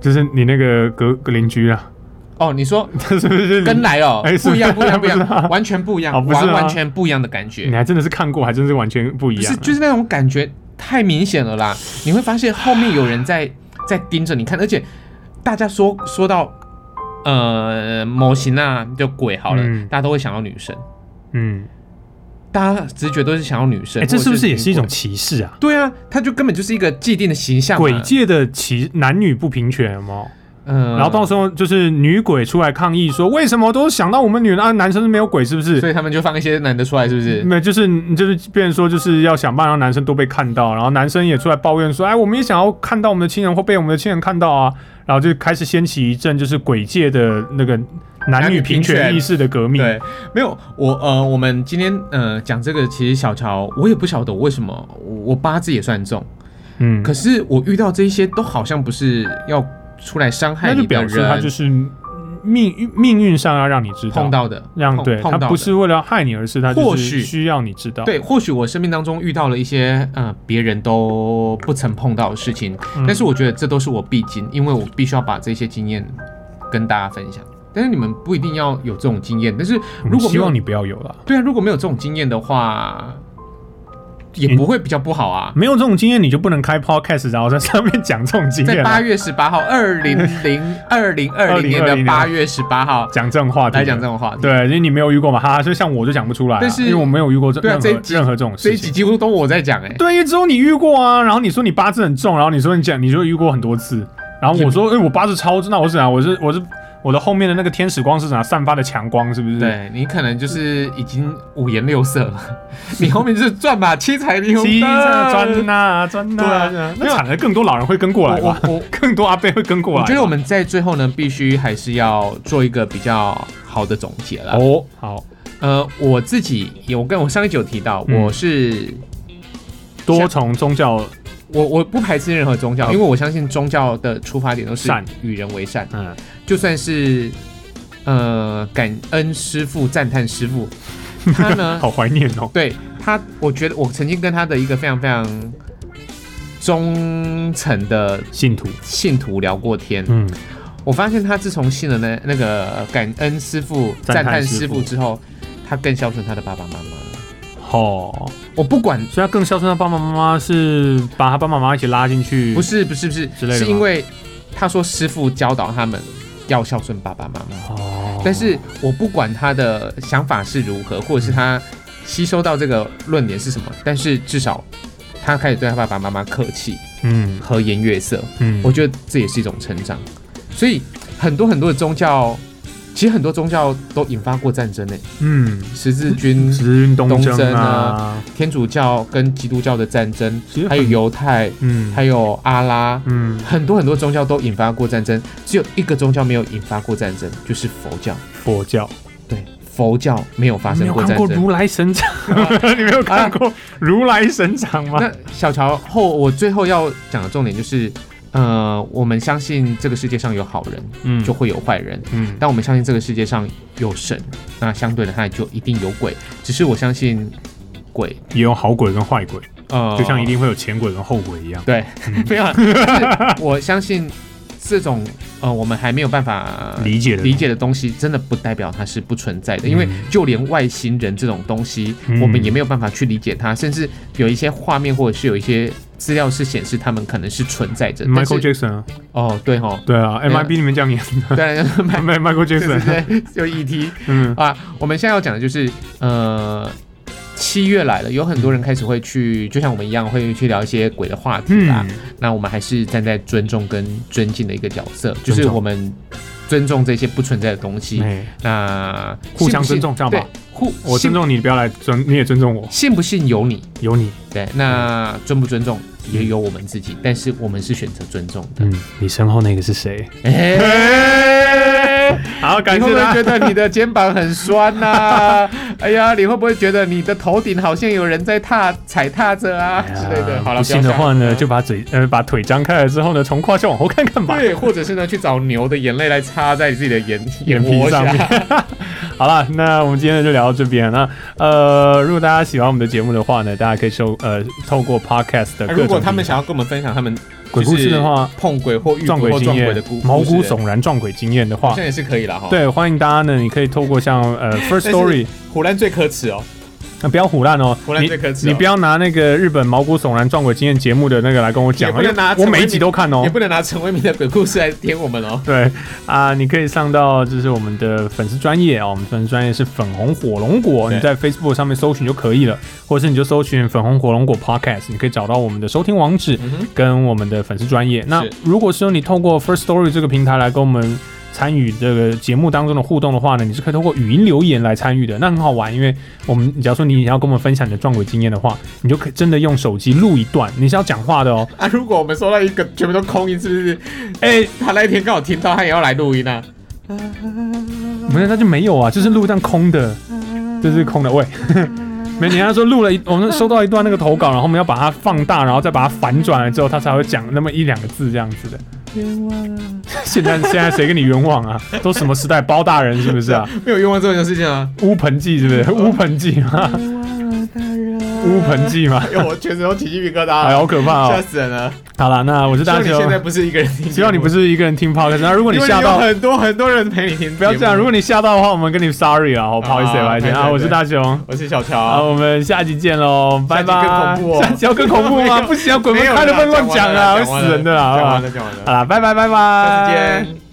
[SPEAKER 1] 就是你那个隔隔邻居啊，
[SPEAKER 2] 哦，你说
[SPEAKER 1] 他是不是
[SPEAKER 2] 跟
[SPEAKER 1] 你？
[SPEAKER 2] 来哦
[SPEAKER 1] 哎，是
[SPEAKER 2] 不一样，不一 样，
[SPEAKER 1] 不
[SPEAKER 2] 不
[SPEAKER 1] 是
[SPEAKER 2] 一
[SPEAKER 1] 啊
[SPEAKER 2] 样，完全不一样
[SPEAKER 1] 哦，不是
[SPEAKER 2] 完
[SPEAKER 1] 啊
[SPEAKER 2] 完全不一样的感
[SPEAKER 1] 你
[SPEAKER 2] 觉，
[SPEAKER 1] 还真的是看过，还真是完全不一
[SPEAKER 2] 不
[SPEAKER 1] 样啊
[SPEAKER 2] 是。就是那种感觉太明显了啦。你会发现后面有人在在盯着你看，而且大家说说到。呃，模型啊，就鬼好了，
[SPEAKER 1] 嗯
[SPEAKER 2] 大家都会想到女生。
[SPEAKER 1] 嗯，
[SPEAKER 2] 大家直觉都是想要女生。
[SPEAKER 1] 哎，这
[SPEAKER 2] 或
[SPEAKER 1] 是
[SPEAKER 2] 者
[SPEAKER 1] 不是也是一种
[SPEAKER 2] 女鬼？
[SPEAKER 1] 歧视啊？
[SPEAKER 2] 对啊，他就根本就是一个既定的形象嘛。
[SPEAKER 1] 鬼界的歧男女不平权有没有？
[SPEAKER 2] 嗯
[SPEAKER 1] 然后到时候就是女鬼出来抗议说，为什么都想到我们女人啊，男生是没有鬼是不是？
[SPEAKER 2] 所以他们就放一些男的出来，是不是？
[SPEAKER 1] 没有，就是就是，变成说就是要想办法让男生都被看到，然后男生也出来抱怨说，哎，我们也想要看到我们的亲人或被我们的亲人看到啊，然后就开始掀起一阵就是鬼界的那个男女平权意识的革命。
[SPEAKER 2] 对，没有我呃，我们今天呃讲这个，其实小乔我也不晓得为什么我我八字也算重，
[SPEAKER 1] 嗯，
[SPEAKER 2] 可是我遇到这些都好像不是要出来伤害
[SPEAKER 1] 那就
[SPEAKER 2] 你的
[SPEAKER 1] 表示他就
[SPEAKER 2] 人
[SPEAKER 1] 是命运命运上要让你知道
[SPEAKER 2] 碰，到的，
[SPEAKER 1] 让
[SPEAKER 2] 碰
[SPEAKER 1] 对
[SPEAKER 2] 碰
[SPEAKER 1] 他
[SPEAKER 2] 到
[SPEAKER 1] 不
[SPEAKER 2] 的
[SPEAKER 1] 是为了要害你，而是他就
[SPEAKER 2] 或
[SPEAKER 1] 是
[SPEAKER 2] 许
[SPEAKER 1] 需要你知道。
[SPEAKER 2] 对，或许我生命当中遇到了一些呃别人都不曾碰到的事情，
[SPEAKER 1] 嗯
[SPEAKER 2] 但是我觉得这都是我必经，因为我必须要把这些经验跟大家分享。但是你们不一定要有这种经验，但是
[SPEAKER 1] 我们
[SPEAKER 2] 如果没
[SPEAKER 1] 希
[SPEAKER 2] 有
[SPEAKER 1] 望你不要有了。
[SPEAKER 2] 对啊，如果没有这种经验的话，也
[SPEAKER 1] 你
[SPEAKER 2] 不会比较不好啊。
[SPEAKER 1] 没有这种经验，你就不能开 podcast，然后在上面讲这种经
[SPEAKER 2] 在
[SPEAKER 1] 验、
[SPEAKER 2] 八
[SPEAKER 1] 啊，
[SPEAKER 2] 月十八号，二零零二零二零年的八月十八 号
[SPEAKER 1] 讲这种话题。
[SPEAKER 2] 来讲这种话题。
[SPEAKER 1] 对，因为你没有遇过嘛，哈哈，所以像我就讲不出来啊、
[SPEAKER 2] 啊但是
[SPEAKER 1] 因为我没有遇过这
[SPEAKER 2] 对啊
[SPEAKER 1] 任何
[SPEAKER 2] 这一集
[SPEAKER 1] 任何这种
[SPEAKER 2] 这
[SPEAKER 1] 事
[SPEAKER 2] 一集
[SPEAKER 1] 情。
[SPEAKER 2] 几乎都我在讲哎、
[SPEAKER 1] 对，因为只有你遇过啊，然后你说你八字很重，然后你说你讲，你就遇过很多次，然后我说，哎、我八字超重，那我是哪？我是我是我的后面的那个天使光是哪散发的强光，是不是？，
[SPEAKER 2] 对你可能就是已经五颜六色了， 你后面就是转吧，七彩霓虹
[SPEAKER 1] 七
[SPEAKER 2] 灯，
[SPEAKER 1] 转呐转
[SPEAKER 2] 对啊
[SPEAKER 1] 呐，
[SPEAKER 2] 没
[SPEAKER 1] 那
[SPEAKER 2] 有
[SPEAKER 1] 惨了，更多老人会跟过来吧
[SPEAKER 2] 我？我我
[SPEAKER 1] 更多阿贝会跟过来吧。
[SPEAKER 2] 我觉得我们在最后呢，必须还是要做一个比较好的总结了。
[SPEAKER 1] 哦，好
[SPEAKER 2] 呃，我自己有我跟我上一集有提到，
[SPEAKER 1] 嗯
[SPEAKER 2] 我是
[SPEAKER 1] 多重宗教，
[SPEAKER 2] 我我不排斥任何宗教，
[SPEAKER 1] 嗯
[SPEAKER 2] 因为我相信宗教的出发点都是
[SPEAKER 1] 善
[SPEAKER 2] 与人为善，
[SPEAKER 1] 嗯，
[SPEAKER 2] 就算是呃感恩师傅、赞叹师傅，他呢，
[SPEAKER 1] 好怀念哦。
[SPEAKER 2] 对他，我觉得我曾经跟他的一个非常非常忠诚的
[SPEAKER 1] 信徒，
[SPEAKER 2] 信徒聊过天，
[SPEAKER 1] 嗯，
[SPEAKER 2] 我发现他自从信了那那个感恩师傅、
[SPEAKER 1] 赞
[SPEAKER 2] 赞
[SPEAKER 1] 叹
[SPEAKER 2] 叹
[SPEAKER 1] 师
[SPEAKER 2] 师
[SPEAKER 1] 父
[SPEAKER 2] 傅之后，他更孝顺他的爸爸妈妈了。
[SPEAKER 1] 哦，
[SPEAKER 2] 我不管，
[SPEAKER 1] 所以他更孝顺他爸爸妈妈，是把他爸爸妈妈一起拉进去，
[SPEAKER 2] 不是不是不是
[SPEAKER 1] 之类的，吗
[SPEAKER 2] 是因为他说师傅教导他们要孝顺爸爸妈妈。
[SPEAKER 1] 哦，嗯
[SPEAKER 2] 但是我不管他的想法是如何，或者是他吸收到这个论点是什么，但是至少他开始对他爸爸妈妈客气、
[SPEAKER 1] 嗯
[SPEAKER 2] 和颜悦色，
[SPEAKER 1] 嗯，
[SPEAKER 2] 我觉得这也是一种成长。所以很多很多的宗教，其实很多宗教都引发过战争呢、
[SPEAKER 1] 嗯，
[SPEAKER 2] 十字军、
[SPEAKER 1] 时运东
[SPEAKER 2] 东
[SPEAKER 1] 征
[SPEAKER 2] 征
[SPEAKER 1] 啊
[SPEAKER 2] 啊，天主教跟基督教的战争
[SPEAKER 1] 其实，很
[SPEAKER 2] 还有犹太，
[SPEAKER 1] 嗯，
[SPEAKER 2] 还有阿拉。
[SPEAKER 1] 嗯，
[SPEAKER 2] 很多很多宗教都引发过战争，只有一个宗教没有引发过战争，就是佛教。
[SPEAKER 1] 佛教
[SPEAKER 2] 对，佛教没有发
[SPEAKER 1] 你
[SPEAKER 2] 生
[SPEAKER 1] 有
[SPEAKER 2] 过
[SPEAKER 1] 看
[SPEAKER 2] 战
[SPEAKER 1] 过
[SPEAKER 2] 争。
[SPEAKER 1] 如来神掌？啊你没有看过如来神掌吗？
[SPEAKER 2] 那小乔后，我最后要讲的重点就是，呃，我们相信这个世界上有好人，
[SPEAKER 1] 嗯
[SPEAKER 2] 就会有坏人。
[SPEAKER 1] 嗯，
[SPEAKER 2] 但我们相信这个世界上有神，那相对的他就一定有鬼。只是我相信鬼，
[SPEAKER 1] 也有好鬼跟坏鬼，
[SPEAKER 2] 呃，
[SPEAKER 1] 就像一定会有前鬼跟后鬼一样。
[SPEAKER 2] 对，没有啦，就是我相信这种呃，我们还没有办法
[SPEAKER 1] 理解的
[SPEAKER 2] 呃理解的东西，真的不代表它是不存在的，因为
[SPEAKER 1] 嗯
[SPEAKER 2] 就连外星人这种东西，
[SPEAKER 1] 嗯
[SPEAKER 2] 我们也没有办法去理解它，甚至有一些画面或者是有一些资料是显示他们可能是存在着。但是
[SPEAKER 1] ，Michael Jackson 啊，
[SPEAKER 2] 哦，对吼，
[SPEAKER 1] 对啊，MIB 里面这样 演的，
[SPEAKER 2] 当然麦
[SPEAKER 1] 没 Michael
[SPEAKER 2] 对对
[SPEAKER 1] Jackson，
[SPEAKER 2] 对，就 ET
[SPEAKER 1] 嗯
[SPEAKER 2] 啊，我们现在要讲的就是呃。七月来了，有很多人开始会去，就像我们一样，会去聊一些鬼的话题啦。
[SPEAKER 1] 嗯，
[SPEAKER 2] 那我们还是站在尊重跟尊敬的一个角色，就是我们尊重这些不存在的东西。
[SPEAKER 1] 哎，
[SPEAKER 2] 那
[SPEAKER 1] 互相
[SPEAKER 2] 信
[SPEAKER 1] 尊
[SPEAKER 2] 不
[SPEAKER 1] 重，这样
[SPEAKER 2] 信，对
[SPEAKER 1] 吧。，
[SPEAKER 2] 互
[SPEAKER 1] 我
[SPEAKER 2] 信
[SPEAKER 1] 尊重你，不要来尊，你也尊重我，
[SPEAKER 2] 信不信由你。
[SPEAKER 1] 有你。
[SPEAKER 2] 对，
[SPEAKER 1] 嗯
[SPEAKER 2] 那尊不尊重也有我们自己，但是我们是选择尊重的。
[SPEAKER 1] 嗯，你身后那个是谁？
[SPEAKER 2] 哎
[SPEAKER 1] 好，感
[SPEAKER 2] 你会
[SPEAKER 1] 谢
[SPEAKER 2] 不
[SPEAKER 1] 大
[SPEAKER 2] 会觉
[SPEAKER 1] 家。
[SPEAKER 2] 得你的肩膀很酸呐、 哎呀，你会不会觉得你的头顶好像有人在踏踩踏着啊
[SPEAKER 1] 哎
[SPEAKER 2] 之类的？好了，
[SPEAKER 1] 不信
[SPEAKER 2] 要
[SPEAKER 1] 的
[SPEAKER 2] 想
[SPEAKER 1] 话呢，
[SPEAKER 2] 嗯
[SPEAKER 1] 就把嘴呃把腿张开了之后呢，从胯下往后看看吧。
[SPEAKER 2] 对，哎或者是呢，去找牛的眼泪来擦在自己的眼
[SPEAKER 1] 眼皮
[SPEAKER 2] 窝
[SPEAKER 1] 上 面。好了，那我们今天就聊到这边。那呃，如果大家喜欢我们的节目的话呢，大家可以收呃透过 podcast 的各种平台、
[SPEAKER 2] 哎如果他们想要跟我们分享他们
[SPEAKER 1] 鬼故事的话，
[SPEAKER 2] 碰鬼或遇
[SPEAKER 1] 撞
[SPEAKER 2] 鬼
[SPEAKER 1] 鬼
[SPEAKER 2] 或
[SPEAKER 1] 经
[SPEAKER 2] 撞鬼的
[SPEAKER 1] 验
[SPEAKER 2] 故、
[SPEAKER 1] 毛
[SPEAKER 2] 故
[SPEAKER 1] 骨
[SPEAKER 2] 事
[SPEAKER 1] 悚然撞鬼经验的
[SPEAKER 2] 好
[SPEAKER 1] 话
[SPEAKER 2] 像，也是可以了哈。，
[SPEAKER 1] 对，欢迎大家呢，你可以透过像 呃 First
[SPEAKER 2] 是
[SPEAKER 1] Story，
[SPEAKER 2] 虎兰最可耻哦，
[SPEAKER 1] 那、不要胡乱哦，
[SPEAKER 2] 胡乱最可耻哦
[SPEAKER 1] 你你不要拿那个日本毛骨悚然撞鬼经验节目的那个来跟我讲哦，
[SPEAKER 2] 也不
[SPEAKER 1] 因
[SPEAKER 2] 能
[SPEAKER 1] 为
[SPEAKER 2] 拿
[SPEAKER 1] 我每一集都看哦
[SPEAKER 2] 也。不能拿陈为民的鬼故事来点我们哦。
[SPEAKER 1] 对啊、你可以上到就是我们的粉丝专业哦，我们粉丝专业是粉红火龙果，
[SPEAKER 2] 对
[SPEAKER 1] 你在 Facebook 上面搜寻就可以了，或者是你就搜寻粉红火龙果 Podcast，你可以找到我们的收听网址
[SPEAKER 2] 嗯哼
[SPEAKER 1] 跟我们的粉丝专业。那如果是你透过 First Story 这个平台来跟我们。参与这个节目当中的互动的话呢，你是可以通过语音留言来参与的，那很好玩，因为我们假如说你要跟我们分享你的撞鬼经验的话，你就可以真的用手机录一段，你是要讲话的哦。
[SPEAKER 2] 啊，如果我们收到一个全部都空音，是不是？
[SPEAKER 1] 哎、
[SPEAKER 2] 他那一天刚好听到，他也要来录音啊。
[SPEAKER 1] 不是，那就没有啊，就是录一段空的，
[SPEAKER 2] 嗯
[SPEAKER 1] 这是空的。喂，没，人家说录了一，我们收到一段那个投稿，然后我们要把它放大，然后再把它反转了之后，他才会讲那么一两个字这样子的。
[SPEAKER 2] 啊
[SPEAKER 1] 现在现在谁跟你冤枉啊？都什么时代，包大人是不是啊？
[SPEAKER 2] 没有 冤枉这种事情啊。
[SPEAKER 1] 乌盆记是不是？乌盆记吗？乌盆记 吗？
[SPEAKER 2] 哎呦，我全身都起鸡皮疙瘩
[SPEAKER 1] 哎，
[SPEAKER 2] 了，
[SPEAKER 1] 好可怕
[SPEAKER 2] 吓
[SPEAKER 1] 哦！
[SPEAKER 2] 死人了。
[SPEAKER 1] 好了，那我是
[SPEAKER 2] 啊希
[SPEAKER 1] 大
[SPEAKER 2] 望你
[SPEAKER 1] 雄
[SPEAKER 2] 现，在不是一个人听，
[SPEAKER 1] 希望你不
[SPEAKER 2] 是，
[SPEAKER 1] 是一个人听 podcast。那如果你
[SPEAKER 2] 因为
[SPEAKER 1] 吓
[SPEAKER 2] 你有
[SPEAKER 1] 到，
[SPEAKER 2] 很多很多人陪你听。
[SPEAKER 1] 不要这样。如果你吓到的话，我们跟你 sorry 啊，我不好意思，不
[SPEAKER 2] 啊
[SPEAKER 1] 好意思
[SPEAKER 2] 对对
[SPEAKER 1] 啊。我是
[SPEAKER 2] 对
[SPEAKER 1] 大雄，
[SPEAKER 2] 我是小
[SPEAKER 1] 好，
[SPEAKER 2] 乔，
[SPEAKER 1] 我们下集见喽，拜拜。
[SPEAKER 2] 下集更恐怖哦
[SPEAKER 1] 下集要更恐怖
[SPEAKER 2] 没
[SPEAKER 1] 吗？
[SPEAKER 2] 有
[SPEAKER 1] 不行啊，鬼门
[SPEAKER 2] 没有
[SPEAKER 1] 开了
[SPEAKER 2] 啦
[SPEAKER 1] 不能乱
[SPEAKER 2] 讲
[SPEAKER 1] 讲
[SPEAKER 2] 完了
[SPEAKER 1] 啊，会
[SPEAKER 2] 讲完
[SPEAKER 1] 死人的啦，
[SPEAKER 2] 讲
[SPEAKER 1] 好
[SPEAKER 2] 完
[SPEAKER 1] 吧？
[SPEAKER 2] 了，讲完了，
[SPEAKER 1] 好啦，拜拜拜拜，
[SPEAKER 2] 下次见。